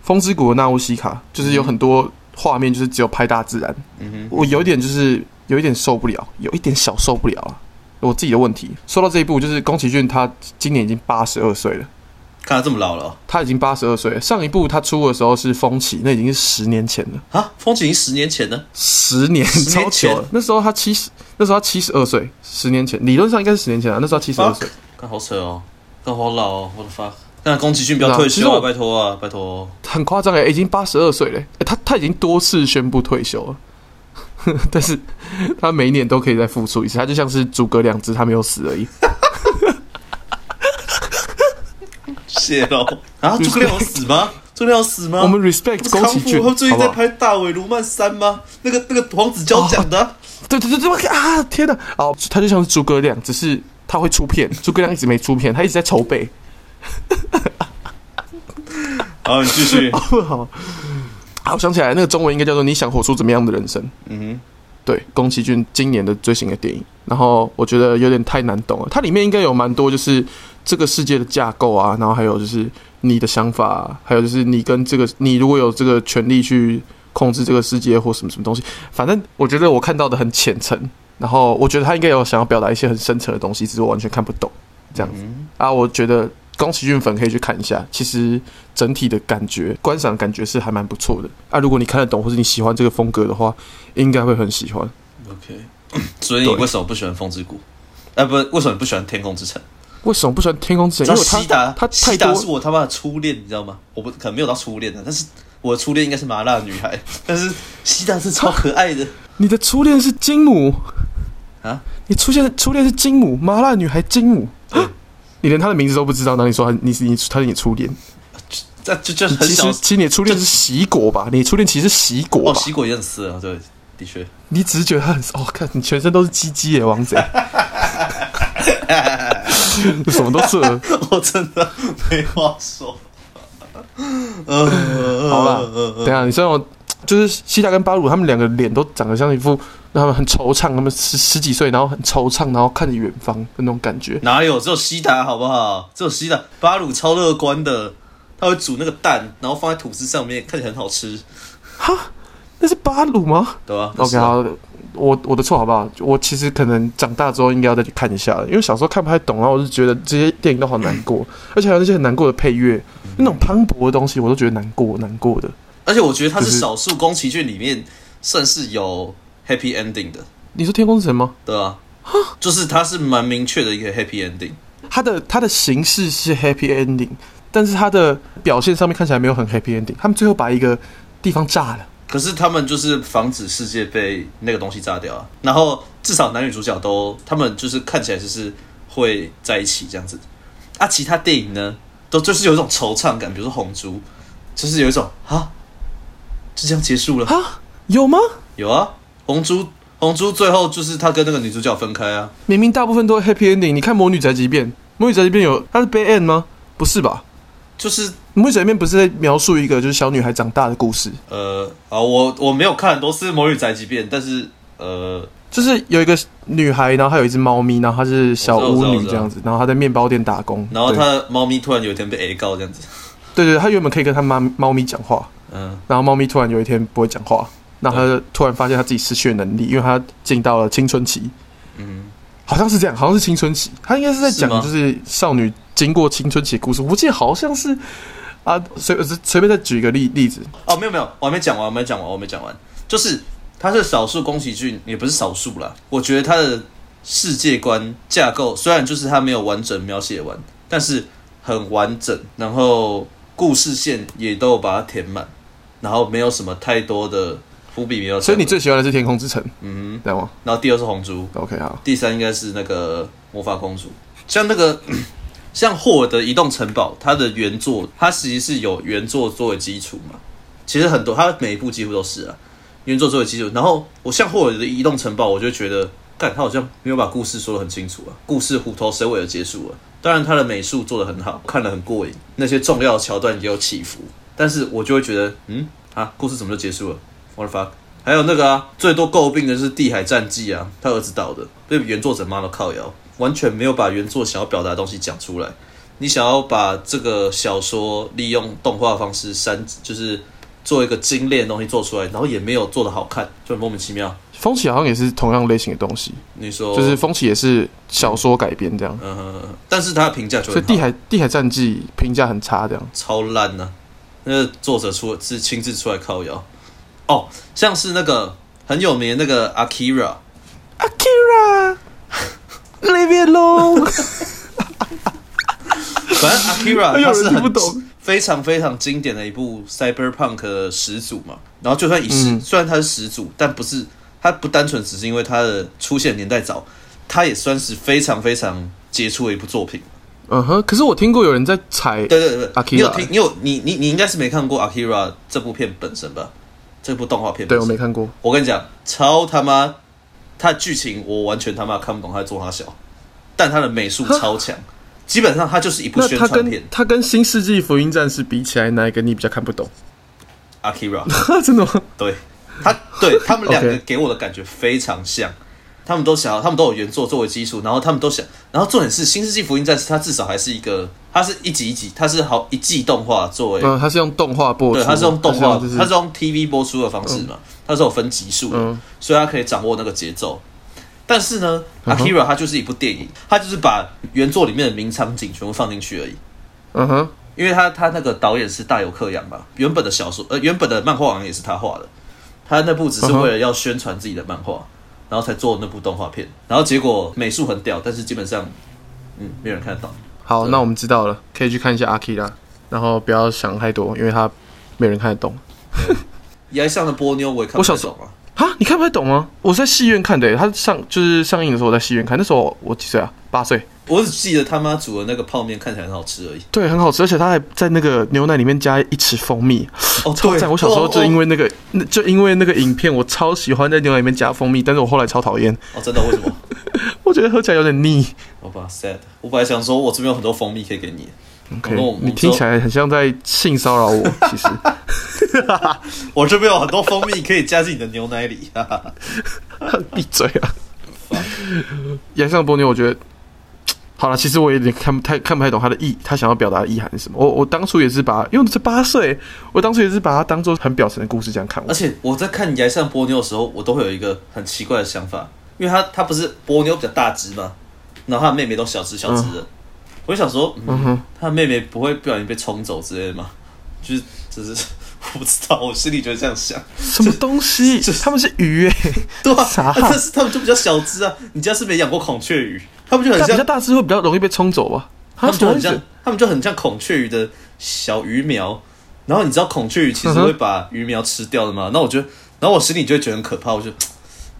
《风之谷》的纳乌西卡，就是有很多画面就是只有拍大自然，
哼，嗯
我有一点就是有一点受不了，有一点小受不了啊，我自己的问题。说到这一步，就是宫崎骏他今年已经八十二岁了。
哼，看他这么老了哦
他已经八十二岁了，上一部他出的时候是《风起》，那已经是十年前了。
啊，风景已经十年前呢。
十年，
十年
超久了
前。
那时候他七十，那时候他七十二岁，十年前，理论上应该是十年前啊。那时候他七十二
fuck，
岁，
看好扯哦，看好老哦，我的 fuck，那宫崎骏不要
那
退
其实
休啊，
我
拜托啊，拜托哦、
很夸张哎，已经八十二岁了欸、欸他他已经多次宣布退休了， 但是他每一年都可以再复出一次，他就像是诸葛亮之，他没有死而已。
谢喽。啊，诸葛亮有死 吗？诸葛亮有死吗？
我们 respect 宫
康
崎骏，
啊复他最
好
近
不
在
好
拍《大尾卢曼三》吗？那个那个黄子佼讲的啊、
对对对对啊！天哪，哦，他就像是诸葛亮，只是他会出片， 诸葛亮一直没出片，他一直在筹备。
好，你继 续。
好，好，我想起来，那个中文应该叫做“你想活出怎么样的人生
嗯”。
对，宫崎骏今年的最新的电影，然后我觉得有点太难懂了。它里面应该有蛮多就是这个世界的架构啊，然后还有就是你的想法啊、还有就是你跟这个你如果有这个权利去控制这个世界或什么什么东西，反正我觉得我看到的很浅层，然后我觉得他应该有想要表达一些很深层的东西，只是我完全看不懂这样子。
嗯
啊，我觉得宫崎骏粉可以去看一下，其实整体的感觉、观赏感觉是还蛮不错的。啊，如果你看得懂或是你喜欢这个风格的话，应该会很喜欢。
，OK。所以你
对
为什么不喜欢《风之谷》？啊，不，为什么你不喜欢《天空之城》？
为什么不喜欢《天空之
你知
城》？因
道
为它
西达，
它太
西达是
多
我他妈的初恋，你知道吗？我不可能没有到初恋的，啊但是我的初恋应该是麻辣女孩，但是西达是超可爱的。
你的初恋是金姆
啊？
你出现初恋是金姆，麻辣女孩金姆
对，
你连她的名字都不知道，那你说她你是你她是你初恋？
这就就很
其
小
实其实你的初恋是喜果吧？你的初恋其实是喜果
哦，
吧？
西果也很色啊，对，的确。
你只是觉得他很哦，看你全身都是鸡鸡耶，王贼， 什么都是。
我真的没话说。 嗯，
好啦等
嗯
一下，啊你知道吗，就是西达跟巴鲁他们两个脸都长得像一副，他们很惆怅，他们十十几岁，然后很惆怅，然后看着远方的那种感觉。
哪有？只有西达好不好？只有西达，巴鲁超乐观的，他会煮那个蛋，然后放在吐司上面，看起来很好吃，
那是巴鲁吗
对吧啊
？OK，好，我我的错好不好？我其实可能长大之后应该要再去看一下了，因为小时候看不太懂，然后我就觉得这些电影都好难过，而且还有那些很难过的配乐，那种磅礴的东西我都觉得难过，难过的。
而且我觉得他
就是是
少数宫崎骏里面算是有 happy ending 的，
你说《天空之城》吗？
对吧？就是他是蛮明确的一个 happy ending，
它的它的形式是 happy ending，但是它的表现上面看起来没有很 happy ending。他们最后把一个地方炸了，
可是他们就是防止世界被那个东西炸掉啊。然后至少男女主角都，他们就是看起来就是会在一起这样子。啊，其他电影呢，都就是有一种惆怅感，比如说《红猪》，就是有一种啊，就这样结束了。
啊？有吗？
有啊，《红猪》《红猪》最后就是他跟那个女主角分开啊。
明明大部分都是 happy ending。你看《魔女宅急便》，《魔女宅急便有》它是 bad end 吗？不是吧？
就是
《魔女宅急便》不是在描述一个就是小女孩长大的故事，
呃啊，我我没有看，都是《魔女宅急便》，但是呃，
就是有一个女孩，然后还有一只猫咪，然后她是小
我知
巫
道我知道
女这样子，然后她在面包店打工。
然后
对
他的猫咪突然有一天被 A 告这样子，
对对，她原本可以跟她妈猫咪讲话，
嗯，
然后猫咪突然有一天不会讲话，然后它突然发现它自己失去了能力，因为它进到了青春期。
嗯，
好像是这样，好像是青春期。它应该是在讲
是吗
就是少女经过青春期的故事。我记得好像是啊，随随便再举一个例例子，
哦，没有没有，我还没讲完，我还没讲完，我还没讲完。就是他是少数宫崎骏，也不是少数啦。我觉得他的世界观架构虽然就是他没有完整描写完，但是很完整，然后故事线也都有把它填满，然后没有什么太多的伏笔没有讲。
所以你最喜欢的是《天空之城》，
嗯
知道吗
哼，然后第二是红猪，
？OK，好，
第三应该是那个魔法公主，像那个 像霍尔的移动城堡，它的原作它其实是有原作作为基础嘛。其实很多，它每一部几乎都是啊，原作作为基础。然后我像霍尔的移动城堡，我就觉得，干他好像没有把故事说的很清楚啊，故事虎头蛇尾的结束了。当然，他的美术做的很好，看得很过瘾，那些重要的桥段也有起伏，但是我就会觉得，嗯啊，故事怎么就结束了？What the fuck？还有那个啊，最多诟病的就是《地海战记》啊，他儿子导的，被原作者骂到靠腰，完全没有把原作想要表达的东西讲出来。你想要把这个小说利用动画方式删，就是做一个精炼的东西做出来，然后也没有做的好看，就很莫名其妙。
风起好像也是同样类型的东西，
你说
就是风起也是小说改编这样，
哦嗯、但是他的评价就
所
很
以《
好
地海地海战记》评价很差这样。
超烂呢、那个作者出是亲自出来靠腰。哦，像是那个很有名的那个 Akira，
Akira，Leave it alone。
反正 Akira
哎呦
它是
人听不
很
懂
非常非常经典的一部 Cyberpunk 的始祖嘛。然后就算以始，
嗯
虽然它是始祖，但不是它不单纯只是因为它的出现年代早，它也算是非常非常杰出的一部作品。
嗯哼，可是我听过有人在踩，
对对对
Akira
你有听？你有你你你应该是没看过 Akira 这部片本身吧？这部动画片
对
本身
我没看过，
我跟你讲，超他妈，它的剧情我完全他妈看不懂，它在做它小，但它的美术超强，基本上它就是一部
那
宣
他
传片
跟。他跟《新世纪福音战士》比起来，哪一个你比较看不 懂？
Akira，
真的吗？
对他，对他们两个
OK
给我的感觉非常像，他们都想要，他们都有原作作为基础，然后他们都想，然后重点是《新世纪福音战士》，它至少还是一个，它是一集一集，它是好一季动画作为
嗯，他是用动画播出，
对，它是用动画，
就是
它是用 TV 播出的方式嘛，它是有分集数的，
嗯
所以它可以掌握那个节奏。但是呢，《Akira》它
嗯
就是一部电影，它就是把原作里面的名场景全部放进去而已。
嗯哼，
因为他他那个导演是大有克洋嘛，原本的小说呃原本的漫画好像也是他画的，他那部只是为了要宣传自己的漫画，然后才做那部动画片，然后结果美术很屌，但是基本上嗯没有人看得到。
好，那我们知道了，可以去看一下阿 k 啦，然后不要想太多，因为他没有人看得懂。
崖上的波妞我也看
我
不
小
太
时候
懂啊，
啊，你看不太懂吗？我是在戏院看的耶，他上就是上映的时候我在戏院看，那时候我几岁啊？八岁。
我只记得他妈煮的那个泡面看起来很好吃而已。
对，很好吃，而且他还在那个牛奶里面加一匙蜂蜜，
哦，
超
对，
赞！我小时候就因
为
为那个，那就因为那个影片，我超喜欢在牛奶里面加蜂蜜，但是我后来超讨厌，
哦真的为什么？
我觉得喝起来有点腻。
好吧，sad。我本来想说我这边有很多蜂蜜可以给你，
OK，
那我们
你听起来很像在性骚扰我，其 实。
我这边有很多蜂蜜可以加进你的牛奶里，哈哈哈。
闭嘴啊！岩上波妞，我觉得好了，其实我有点看不太看不太懂他的意，他想要表达的意涵是什么。我我当初也是把，因为我才八岁，我当初也是把它当做很表层的故事这样看
而
完。
且我在看崖上波妞的时候，我都会有一个很奇怪的想法，因为她她不是波妞比较大只嘛，然后她的妹妹都小只小只的，我就想说，
嗯
嗯，
哼，
她的妹妹不会不小心被冲走之类的吗？就是只是我不知道，我心里就会这样想，
什么东西
这？
他们是鱼哎、
对啊，
啥
但是他们就比较小只啊，你家是没养过孔雀鱼，他们就很
但比
像
较大只会比较容易被冲走吧？
他们就很
啊什么意
像
思，
他们就很像孔雀鱼的小鱼苗。然后你知道孔雀鱼其实
嗯哼
会把鱼苗吃掉的嘛？那我觉得，然后我心里就会觉得很可怕。我就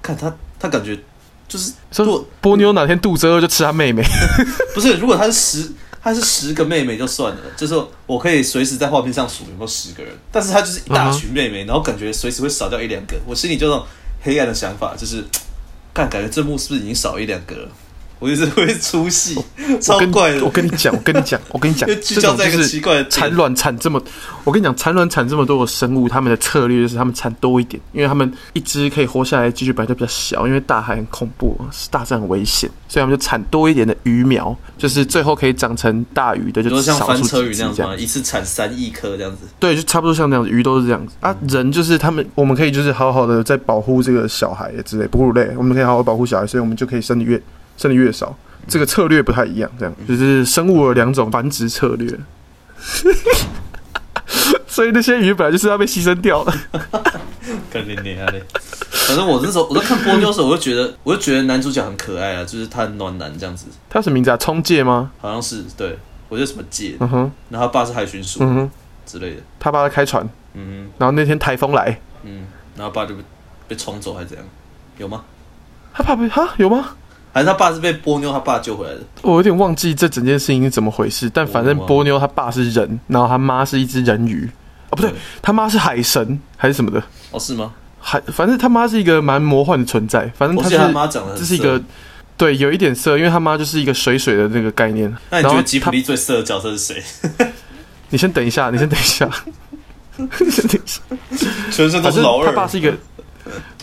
看他，他感觉就是，如
说
果
波妞哪天肚子饿就吃他妹妹，
不是，如果他是十，他是十个妹妹就算了，就是我可以随时在画面上数有没有十个人，但是他就是一
嗯
大群妹妹，然后感觉随时会少掉一两个。我心里就那种黑暗的想法，就是，看感觉这幕是不是已经少一两个了？我一直会出戏，超
我跟
怪的。
我跟你讲，我跟你讲，我跟你 讲，
因为聚
这
焦
种就
在一个
是
奇怪的点
产卵产这么，我跟你讲，产卵产这么多的生物，他们的策略就是他们产多一点，因为他们一只可以活下来几率本来就比较小，因为大海很恐怖，是大战很危险，所以他们就产多一点的鱼苗，就是最后可以长成大鱼的，
你
就
说像
少
翻
数
车
几
鱼
只
那样
这
子
样
吗？。一次产三亿颗这样子，
对，就差不多像那样子，鱼都是这样子啊。人就是他们，我们可以就是好好的在保护这个小孩之类，哺乳类，我们可以好好保护小孩，所以我们就可以生的越生的越少。这个策略不太一样，这样就是生物有两种繁殖策略， 所以那些鱼本来就是要被牺牲掉了。
干你娘嘞！反正我那时候我在看波妞的时候，我就觉得，我就觉得男主角很可爱啊，就是他很暖男这样子，
它什么名字啊？冲介吗？
好像是对我觉得什么界，
嗯哼，
然后他爸是海巡署
嗯哼，
之类的，
他爸在开船，
嗯
然后那天台风来，
嗯，然后他爸就被被冲走还是怎样，有吗？
他爸被哈有吗？
还是他爸是被波妞他爸救回来的？
我有点忘记这整件事情是怎么回事，但反正
我忘了
波妞她爸是人，然后他妈是一只人鱼，啊不对
对，
他妈是海神还是什么的，
哦，是吗？
海反正他妈是一个蛮魔幻的存在，反正
我
他
记
是
得他妈长得很
这是一
色
个对有一点色，因为他妈就是一个水水的那个概念。
那你觉
然后
得吉普
他
力最色的角色是谁？
你先等一下，你先等一 下，你先等一下，
全身都
反
是
正
老
他爸
二，
是一个。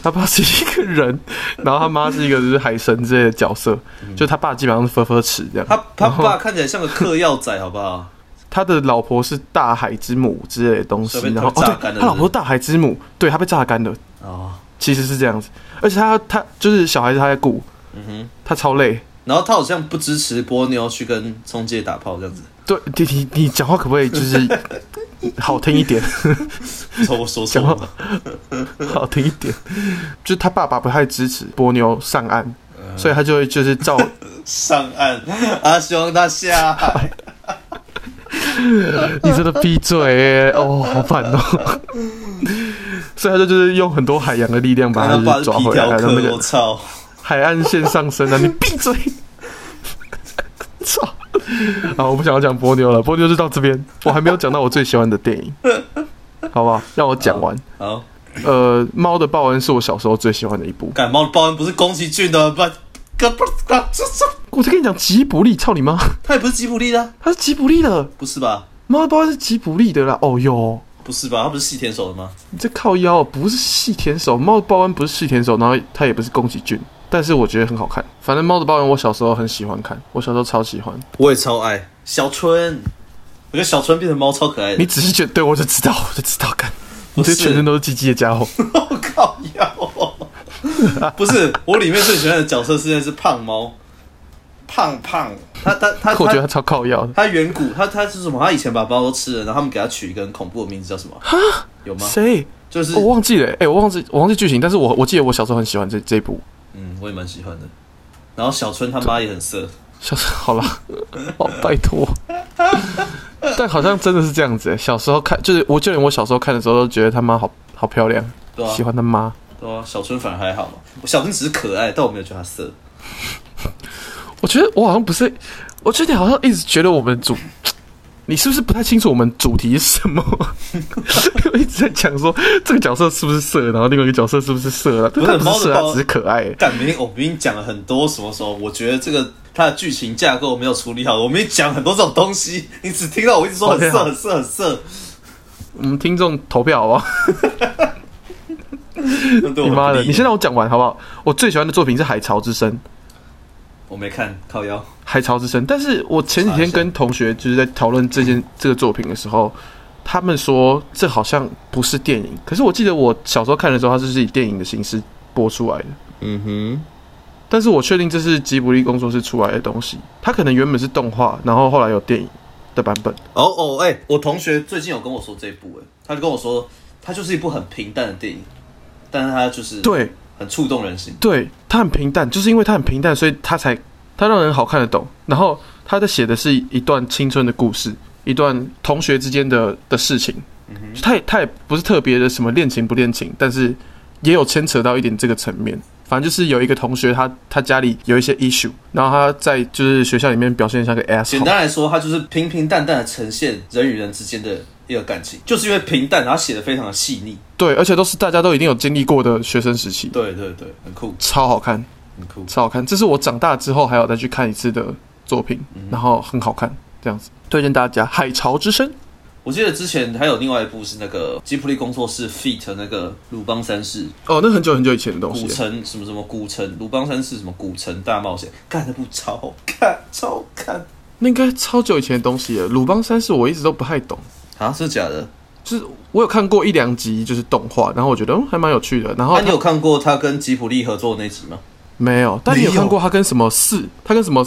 他爸是一个人，然后他妈是一个就是海神之类的角色，
嗯
就他爸基本上是呵呵池这样。
他他
嗯
爸看起来像个嗑药仔，好不好？
他的老婆是大海之母之类的东西
所以，被
然后
他
哦
榨
对
干，了
他老
是
婆
不是
大海之母，对他被榨干了，
哦，
其实是这样子。而且他他就是小孩子他在顾，
嗯哼。
他超累。
然后他好像不支持波妞去跟中介打炮这样子，
对，你你你讲话可不可以就是 好听一点，
说我说错了吗，
好听一点？就是他爸爸不太支持波妞上岸，
嗯
所以他就会就是照
上岸，啊，希望他下海，
你真的闭嘴欸、哦，好烦 哦。所以他就就是用很多海洋的力量把
然后
它
把
抓
皮
回来，
条
让那
客，
个
我操！
海岸线上升啊！你闭嘴！ 操！好，我不想要讲波妞了，波妞就到这边，我还没有讲到我最喜欢的电影，好不好？让我讲完。
好，
呃，《猫的报恩》是我小时候最喜欢的一部。
感冒报恩不是宫崎骏的，不，不不不，这这
我在跟你讲吉卜力，操你妈！
他也不是吉卜力的啊，
它是吉卜力的，《
不是吧？
猫的报恩》是吉卜力的啦。哦哟，
不是吧？他不是细田守的吗？
你这靠腰不是细田守，《猫的报恩》不是细田守，然后它也不是宫崎骏，但是我觉得很好看。反正《猫的报恩》我小时候很喜欢看，我小时候超喜欢。
我也超爱小春，我觉得小春变成猫超可爱的。
你只是觉得对我就知道，我就知道，干，你
不
这
是
全身都是鸡鸡的家伙。
我靠腰哦、不是我里面最喜欢的角色是那只胖猫，胖胖，他他他
我觉得
他
他超靠腰的，
他远古他他是什么？他以前把猫都吃了，然后他们给他取一个很恐怖的名字叫什么？有吗？
谁？
就是
我忘记了、哎、我忘记我忘记剧情，但是我我记得我小时候很喜欢这这一部。
嗯，我也蛮喜欢的。然后小春他妈也很色，
小时候好啦，哦，拜托。但好像真的是这样子、哎小时候看，就是我就连我小时候看的时候都觉得他妈好好漂亮，
对啊
喜，欢他妈。
对啊，小春反而还好嘛。我小春只是可爱，但我没有觉得他色。
我觉得我好像不是，我觉得你好像一直觉得我们主，你是不是不太清楚我们主题是什么？ 我一直在讲说这个角色是不是色，然后另外一个角色是不是色了？
是
他不是色，
猫的包
他只是可爱。
但明明我明明讲了很多什么什么，我觉得这个它的剧情架构没有处理好，我明明讲很多这种东西， 你只听到我一直说很
OK，好
色很色很色，
我们嗯听众投票好不好？
那对我
你
很
妈
不
的！
利
你先让我讲完好不好？我最喜欢的作品是《海潮之声》，《
我没看靠腰，
海潮之声》。但是我前几
查一
天
下
跟同学就是在讨论这件这个作品的时候，他们说这好像不是电影，可是我记得我小时候看的时候，它就是以电影的形式播出来的。
嗯哼，
但是我确定这是吉卜力工作室出来的东西，它可能原本是动画，然后后来有电影的版本。
哦哦哎，我同学最近有跟我说这一部哎、他就跟我说它就是一部很平淡的电影，但是它就是
对
很触动人心，
对，它很平淡，就是因为它很平淡，所以它才它让人好看得懂。然后它在写的是一段青春的故事，一段同学之间的的事情。它也它也不是特别的什么恋情不恋情，但是也有牵扯到一点这个层面。反正就是有一个同学他，他家里有一些 issue，然后他在就是学校里面表现像个 asshole
简。单来说，它就是平平淡淡的呈现人与人之间的一个感情，就是因为平淡，然后写的非常的细腻，
对，而且都是大家都一定有经历过的学生时期，
对对对，很酷
超好看。
很酷，
超好看。这是我长大之后还有再去看一次的作品，然后很好看，这样子推荐大家《海潮之声》。
我记得之前还有另外一部是那个吉卜力工作室 feat 那个鲁邦三世
哦，那很久很久以前的东西
古
了。
城什么什么古城鲁邦三世什么古城大冒险，干那部超好看，超好看
那应该超久以前的东西了。鲁邦三世我一直都不太懂，
啊！真的假的？
就是我有看过一两集，就是动画，然后我觉得嗯还蛮有趣的。然后
那、
它
你有看过他跟吉卜力合作的那集吗？
没有，但你有
没有
看过他跟什么士，他跟什么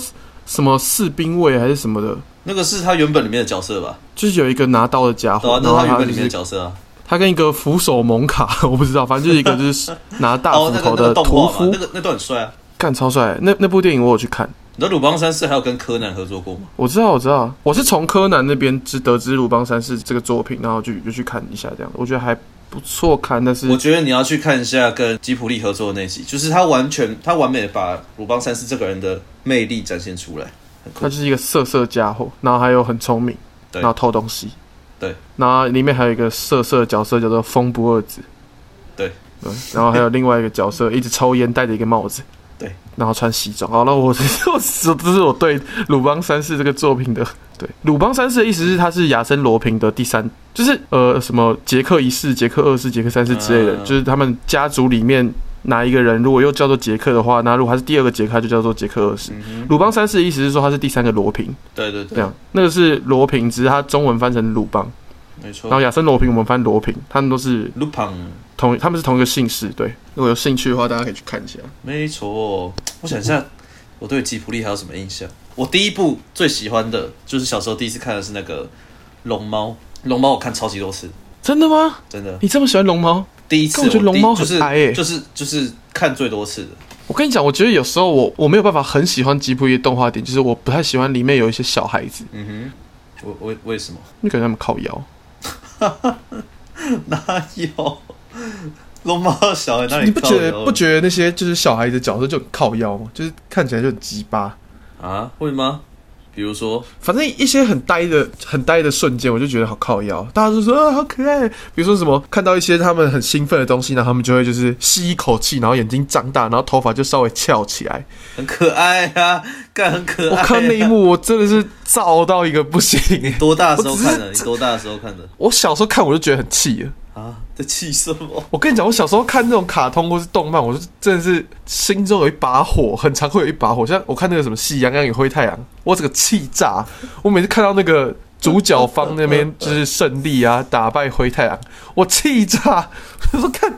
什么士兵卫还是什么的，
那个是他原本里面的角色吧？
就是有一个拿刀的家
对
伙，
啊，那
然后
是他原
他
本
就
里面的
是
角色啊。
他跟一个扶手蒙卡， 我不知道，反正就是一个就是拿大
哦
斧，
那个
头
那
的
个动
屠
画嘛，
夫
那，个那段很帅啊。
干超帅。那那部电影我有去看。
你知道鲁邦三世还有跟柯南合作过吗？
我知道，我知道，我是从柯南那边知得知《鲁邦三世》这个作品，然后就就去看一下，这样我觉得还不错看，但
我
是
觉得你要去看一下跟吉卜力合作的那集，就是他完全他完美的把鲁邦三世这个人的魅力展现出来，很酷
他。就是一个色色家伙，然后还有很聪明，
对
然后偷东西，
对，
然后里面还有一个色色角色叫做风不二子，
对
对，然后还有另外一个角色一直抽烟，戴着一个帽子，
对，
然后穿西装。好，那我 我这是我对《鲁邦三世》这个作品的 对《鲁邦三世》的意思是他是亚森罗平的第三，就是呃什么杰克一世、杰克二世、杰克三世之类的，
嗯
就是他们家族里面哪一个人如果又叫做杰克的话，那如果他是第二个杰克，他就叫做杰克二世。鲁邦三世的意思是说他是第三个罗平，
对对对
这，样那个是罗平，只是他中文翻成鲁邦，
没错
然。后亚森罗平我们翻罗平，他们都是
鲁邦，
同他们是同一个姓氏，对。如果有兴趣的话，大家可以去看一下。
没错。我想一下，我对吉卜力还有什么印象？我第一部最喜欢的就是小时候第一次看的是那个《龙猫》，《龙猫》我看超级多次，
真的吗？
真的。
你这么喜欢龙猫？
第一次
但我觉得
第
龙猫
就
很
是
矮欸
就是就是看最多次的。
我跟你讲，我觉得有时候我我没有办法很喜欢吉卜力的动画点，就是我不太喜欢里面有一些小孩子，
嗯我为为什么？
你感觉他们靠腰？
哪有？龙猫小孩哪里
你不觉得
靠腰
不觉得那些就是小孩子角色就很靠腰吗？就是看起来就很鸡巴。
啊？会吗？比如说，
反正一些很呆的、很呆的瞬间，我就觉得好靠腰。大家就说啊，好可爱。比如说什么，看到一些他们很兴奋的东西，然后他们就会就是吸一口气，然后眼睛张大，然后头发就稍微翘起来。
很可爱啊， 干很可
我
爱、啊。
看那一幕，我真的是燥到一个不行。
多大的时候看的？
我只
你多大的时候看的？
我小时候看我就觉得很气了。
啊，在气什么？
我跟你讲，我小时候看那种卡通或是动漫，我是真的是心中有一把火，很常会有一把火。像我看那个什么《喜羊羊与灰太狼》，我整个气炸。我每次看到那个主角方那边就是胜利啊，打败灰太狼，我气炸。我说看，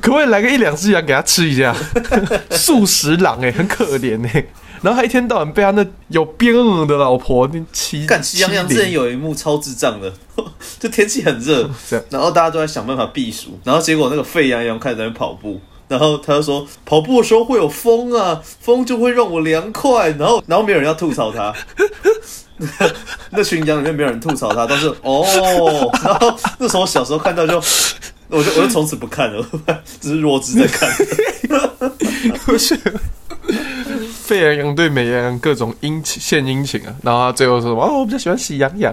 可不可以来个一两只羊给他吃一下？素食狼哎、很可怜哎、然后他一天到晚被他那有病的老婆那欺
干喜羊羊
欺
之
凌
前有一幕超智障的，就天气很 热
这样，
然后大家都在想办法避暑，然后结果那个沸羊羊开始在那边跑步。然后他就说，跑步的时候会有风啊，风就会让我凉快。然后，然后没有人要吐槽他， 那群羊里面没有人吐槽他，都是哦。然后那时候小时候看到就，我就我就从此不看了，只是弱智在看。
不是， 沸羊羊对美羊羊各种殷勤献殷勤啊，然后他最后说什么？哦，我比较喜欢喜羊羊。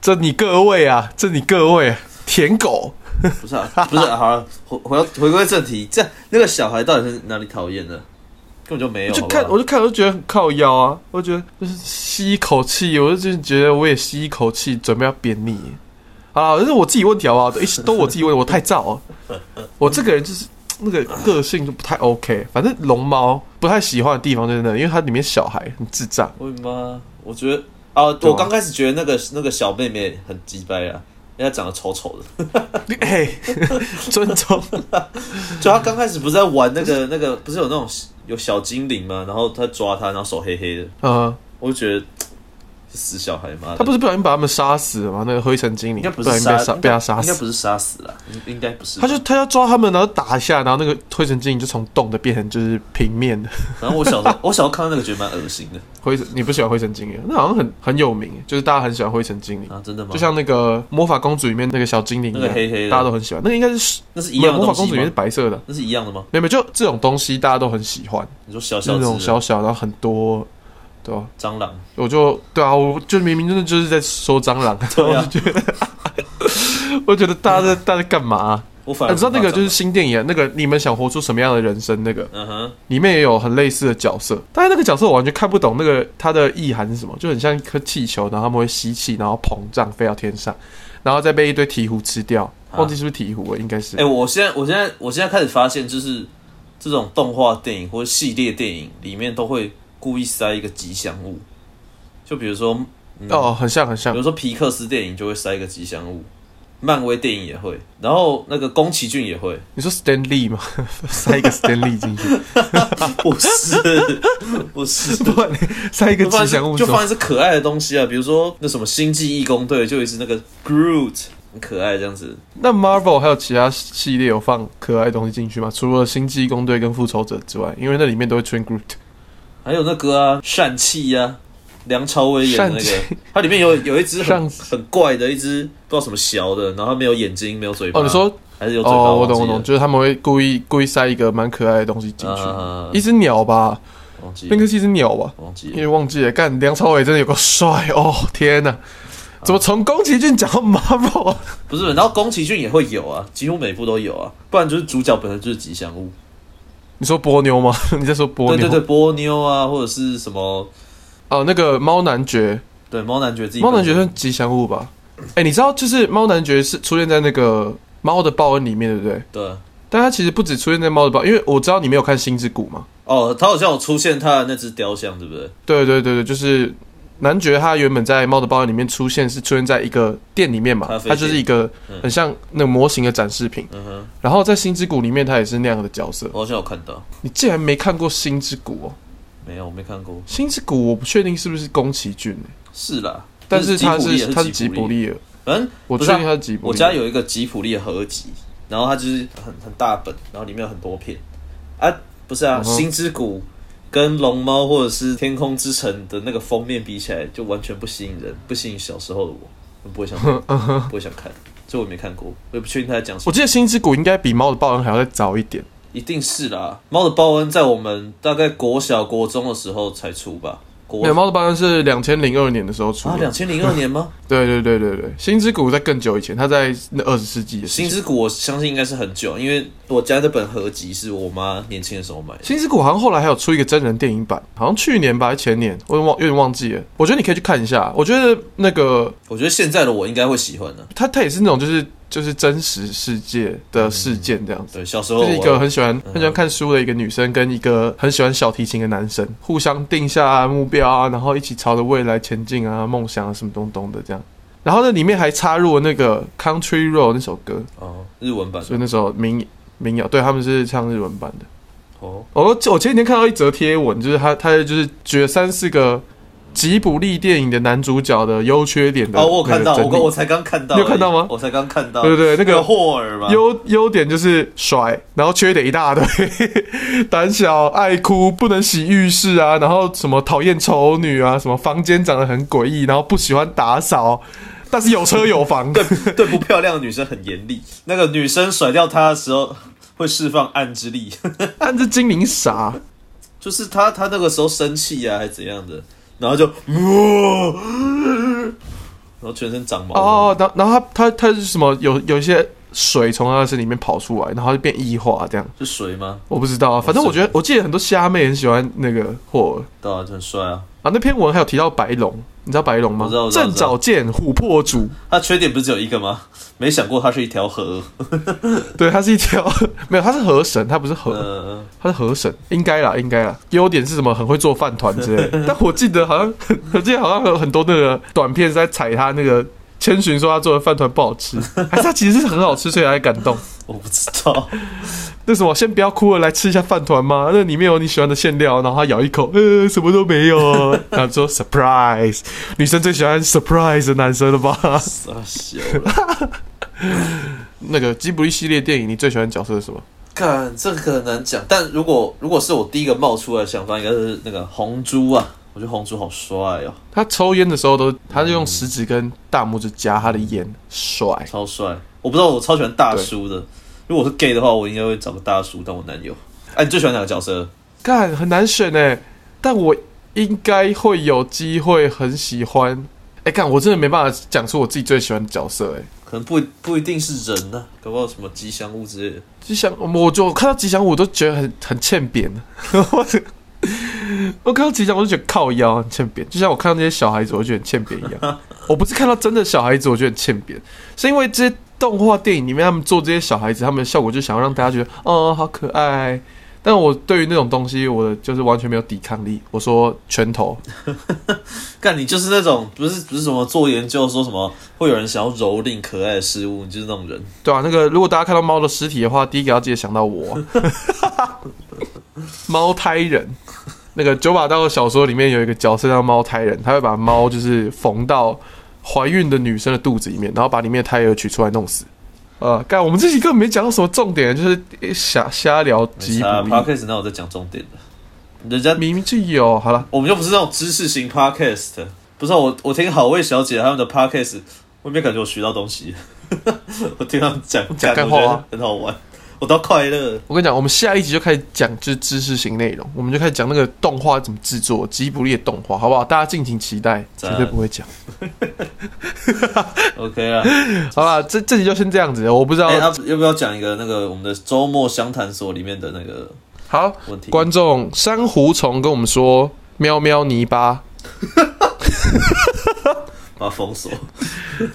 这你各位啊，这你各位啊，舔狗。
不是啊，不是、啊，好了，回回到回归正题，这那个小孩到底是哪里讨厌的？根本就没有，
就看，
好不
我
好
就看，我就觉得很靠腰啊，我就觉得就是吸一口气，我就真的觉得我也吸一口气，准备要扁你。啊，这是我自己问题好不好？一都我自己问，我太燥了。我这个人就是那个个性就不太 OK。反正龙猫不太喜欢的地方就是那，因为它里面小孩很智障。
会吗？我觉得啊，
对啊
我刚开始觉得那个那个小妹妹很鸡掰啊，因为她长得丑丑的，
哎，尊重。
就她刚开始不是在玩那 个那个，不是有那种有小精灵吗？然后她抓她，然后手黑黑的，
呃，
我就觉得死小孩妈的，
他不是不小心把他们杀死了吗？那个灰尘精灵
应该不
小
是
心被
杀
杀
应该
被他杀
应该
死，
不是杀死了，应应该不是吧。
他就他要抓他们，然后打一下，然后那个灰尘精灵就从动的变成就是平面 的。
然后我小时候我小时候看到那个觉得蛮恶心的
灰尘，你不喜欢灰尘精灵？啊那好像很很有名，就是大家很喜欢灰尘精灵，
啊，真的吗？
就像那个魔法公主里面那个小精灵一样，
那个黑黑的
大家都很喜欢。那个应该是
那是一
没有
样的
魔法
东
公
西
主里面是
吗？
白色的，
那是一样的吗？
没有没有，就这种东西大家都很喜欢，
你说小小
那
只
种
的
小小然后很多，对吧、
蟑螂，
我就对啊，我就明明真的就是在说蟑螂，
对啊
我就觉得， 我觉得大 家在大家在干嘛啊、
我反
啊
而
你知道那个就是
是，
新电影啊，那个你们想活出什么样的人生？那个
嗯哼，
里面也有很类似的角色，但是那个角色我完全看不懂那个它的意涵是什么，就很像一颗气球，然后他们会吸气，然后膨胀飞到天上，然后再被一堆鹈鹕吃掉，
啊
忘记是不是鹈鹕了，应该是
哎、。我现在我现在我现在开始发现，就是这种动画电影或者系列电影里面都会故意塞一个吉祥物，就比如说，嗯、
哦，很像很像
比如，说皮克斯电影就会塞一个吉祥物，漫威电影也会，然后那个宫崎骏也会，
你说 Stan Lee 吗？ 塞一个 Stan Lee 进去，
不是不是。
不然呢塞一个
就
吉
放
祥物
就
什么
放一只可爱的东西啊，比如说那什么星际义工队，就有一只那个 Groot，很可爱这样子。
那 Marvel 还有其他系列有放可爱的东西进去吗？除了《星际异攻队》跟《复仇者》之外，因为那里面都会出现 Groot。
啊还有那个啊，疝气啊，梁朝伟演的那
疝
个，它里面有有一只很
上
很怪的一只不知道什么小的，然后它没有眼睛，没有嘴巴。
哦，你说
还是有嘴巴？
哦，我
忘记
懂我懂，
了
就是他们会故意故意塞一个蛮可爱的东西进去，
啊
一只鸟吧，
忘记了
那个是一只鸟吧，
忘记
因
了
为忘记了。干，梁朝伟真的有个帅哦，天哪！怎么从宫崎骏讲到 Marvel？
不是，然后宫崎骏也会有啊，几乎每部都有啊，不然就是主角本身就是吉祥物。
你说波妞吗？ 你在说波
对
妞？
对对，波妞啊，或者是什么，
哦，那个猫男爵，
对猫男爵自己
猫
本
男
身。
爵算吉祥物吧？哎、你知道就是猫男爵是出现在那个《猫的报恩》里面，对不对？
对啊
但它其实不只出现在猫的报，因为我知道你没有看《星之谷》嘛。
哦，他好像有出现他的那只雕像，对不对？
对对对对，就是男爵他原本在《猫的报恩》里面出现是出现在一个店里面嘛
咖，啡
它就是一个
嗯
很像那个模型的展示品。
嗯哼，
然后在《星之谷》里面，他也是那样的角色。
我好像有看到，
你竟然没看过《星之谷》哦，
没有，我没看过。
《星之谷》我不确定是不是宫崎骏、欸，
是啦，
但是他
吉卜力也
是他是吉
吉
卜
卜力，
力的，
反正
我
不
确
是啊
定他是吉卜力。
我家有一个吉普力的合集，然后它就是很很大本，然后里面有很多片啊，不是啊，
嗯哼
星之谷跟龙猫或者是天空之城的那个封面比起来，就完全不吸引人，不吸引小时候的我，我不会想，不会想看，所以我没看过，我也不确定他在讲什
嗯我
么。
记得《星之谷》应该比《猫的报恩》还要再早一点，
一定是啦，《猫的报恩》在我们大概国小国中的时候才出吧？国
没有《猫的报恩》是两千零二年的时候出
啊，
的。
两千零二 年吗？
对对对对对，《星之谷》在更久以前，它在那二十世纪的
《
事
星
情。
之谷》我相信应该是很久，因为我家那本合集是我妈年轻的时候买的。
新之谷好像后来还有出一个真人电影版，好像去年吧，还是前年，我有点忘有点忘记了。我觉得你可以去看一下，我觉得那个
我觉得现在的我应该会喜欢的、
它它也是那种就是就是真实世界的事件这样子。
对，小时候
就是一个
我
很喜欢很喜欢看书的一个女生，跟一个很喜欢小提琴的男生，互相定下目标啊，然后一起朝着未来前进啊，梦想啊什么东东的这样。然后那里面还插入了那个《Country Road》那首歌，
哦，日文版
所以那首民民谣，对他们是唱日文版的。
哦，
我我前几天看到一则贴文，就是他他就是举了三四个吉卜力电影的男主角的优缺点的
哦，我有看到，
那个
我
整理
刚我才刚看到而已，
你有看到吗
我才刚看到，
对对对那个
霍尔嘛，
优优点就是帅，然后缺点一大堆，胆小、爱哭、不能洗浴室啊，然后什么讨厌丑女啊，什么房间长得很诡异，然后不喜欢打扫，但是有车有房。
对对不漂亮的女生很严厉，那个女生甩掉他的时候 会释放暗之力，
但是精灵傻，
就是他他那个时候生气啊，还是怎样的，然后就， 呃然后全身长毛，
哦，然后然后他他他是什么？有有一些水从他的身里面跑出来，然后就变异化这样。
是谁吗？
我不知道啊，
哦
反正我觉得我记得很多虾妹很喜欢那个霍尔
对啊，就很帅啊，
啊。那篇文还有提到白龙，你知道白龙吗
我知道我？知道
正早见琥珀主，
他缺点不是只有一个吗？没想过他是一条河，
对，它是一条 没有，它是河神，它不是河，
呃，
它是河神，应该啦，应该啦。优点是什么？很会做饭团之类 的。但我记得好像， 我记得好像有很多那个短片是在踩他那个千寻说他做的饭团不好吃，还是他其实是很好吃，所以他才感动。
我不知道。
那什么，先不要哭了，来吃一下饭团吗？那里面有你喜欢的馅料，然后他咬一口，呃，什么都没有， 然后说 surprise，女生最喜欢 surprise 的男生了吧？
傻笑了。
那个吉卜力系列电影，你最喜欢的角色是什么？
看这个很难讲，但如果如果是我第一个冒出来的想法，应该是那个红猪啊，我觉得红猪好帅哦，
他抽烟的时候都，他就用食指跟大拇指夹他的烟，帅。
超帅。我不知道，我超喜欢大叔的。如果我是 gay 的话，我应该会找个大叔当我男友。哎、你最喜欢哪个角色？
干很难选哎，但我应该会有机会很喜欢。哎、干，我真的没办法讲出我自己最喜欢的角色哎。
可能不不一定是人呢、搞不好什么吉祥物之类的。
吉祥，我就我看到吉祥物我都觉得很很欠扁， 我我看到吉祥我就觉得靠腰很欠扁，就像我看到那些小孩子，我就觉得很欠扁一样。我不是看到真的小孩子，我觉得很欠扁，是因为这些动画电影里面他们做这些小孩子，他们的效果就想要让大家觉得哦好可爱。但我对于那种东西，我的就是完全没有抵抗力。我说拳头，
干，你就是那种不是不是什么做研究说什么会有人想要蹂躏可爱的事物，你就是那种人。
对啊，那个如果大家看到猫的尸体的话，第一个要记得想到我，猫胎人。那个九把刀的小说里面有一个角色叫猫胎人，他会把猫就是缝到怀孕的女生的肚子里面，然后把里面的胎儿取出来弄死。呃，干，我们这集根本没讲到什么重点，就是呃瞎瞎聊吉
啊
卜
p o
力，
d c a s t 那我在讲重点的，人家
明明就有。好了，
我们又不是那种知识型 podcast，不是啊、我我听好味小姐他们的 podcast，我也没感觉我学到东西， 我听他们讲
讲干
干
话
我
啊
觉得很好玩，我都快乐。
我跟你讲，我们下一集就开始讲就是知识型内容，我们就开始讲那个动画怎么制作，吉卜力的动画，好不好？大家敬请期待，绝对不会讲。
OK 啊，
好啦，这这集就先这样子，我不知道。
哎、要要不要讲一个那个我们的周末相谈所里面的那个
好，
问题？
观众珊瑚虫跟我们说，喵喵泥巴，
把它封锁。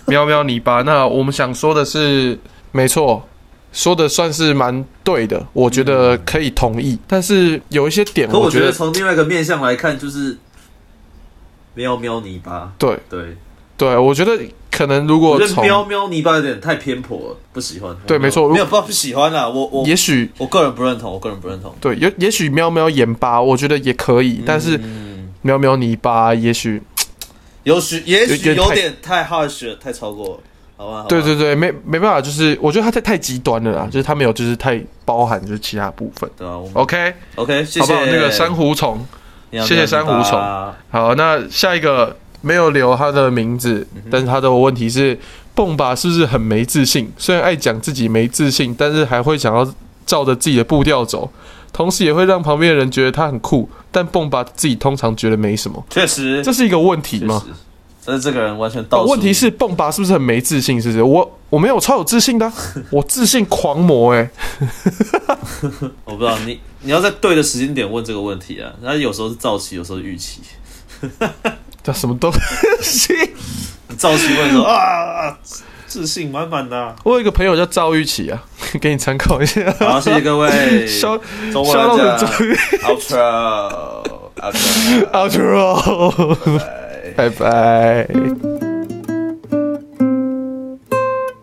喵喵泥巴。那我们想说的是，没错，说的算是蛮对的，我觉得可以同意。但是有一些点，
可
我
我觉
觉得
得从另外一个面向来看，就是喵喵泥巴，
对
对，
对，我觉得可能如
我
果
觉得
从，
喵喵泥巴有点太偏颇了，不喜欢。
对
我
没错
没有不不喜欢啦，我我
也许
我个人不认同，我个人不认同。
对，也也许喵喵盐巴，我觉得也可以，但是
嗯。
喵喵泥巴也许
有许也许
有
有
点
点太 harsh 了，太超过了。好吧？好吧
对对对，没没办法，就是我觉得他太太极端了啦，就是他没有就是太包含就是其他部分。
对啊，我们
OK，
OK，谢
好
谢
不好？那个珊瑚虫，
你要
谢谢
不要
珊瑚虫
把
好，那下一个没有留他的名字，
嗯
但是他的问题是，蹦吧是不是很没自信？虽然爱讲自己没自信，但是还会想要照着自己的步调走，同时也会让旁边的人觉得他很酷。但蹦吧自己通常觉得没什么，
确实，
这是一个问题
确
吗？
实，但是这个人完全
哦
到，处
问题是蹦吧是不是很没自信？是不是？我我没有超有自信的 啊、我自信狂魔哎、
我不知道你你要在对的时间点问这个问题啊。那有时候是造期，有时候是预期。
这什么东西？
造期问说啊，啊自信满 满的啊。
我有一个朋友叫赵玉琪啊， 给你参考一下。
好，谢谢 各位。
肖
中国
肖
人
老
家
的赵 玉
Ultra Ultra，
，After all，
啊
拜
拜。
拜。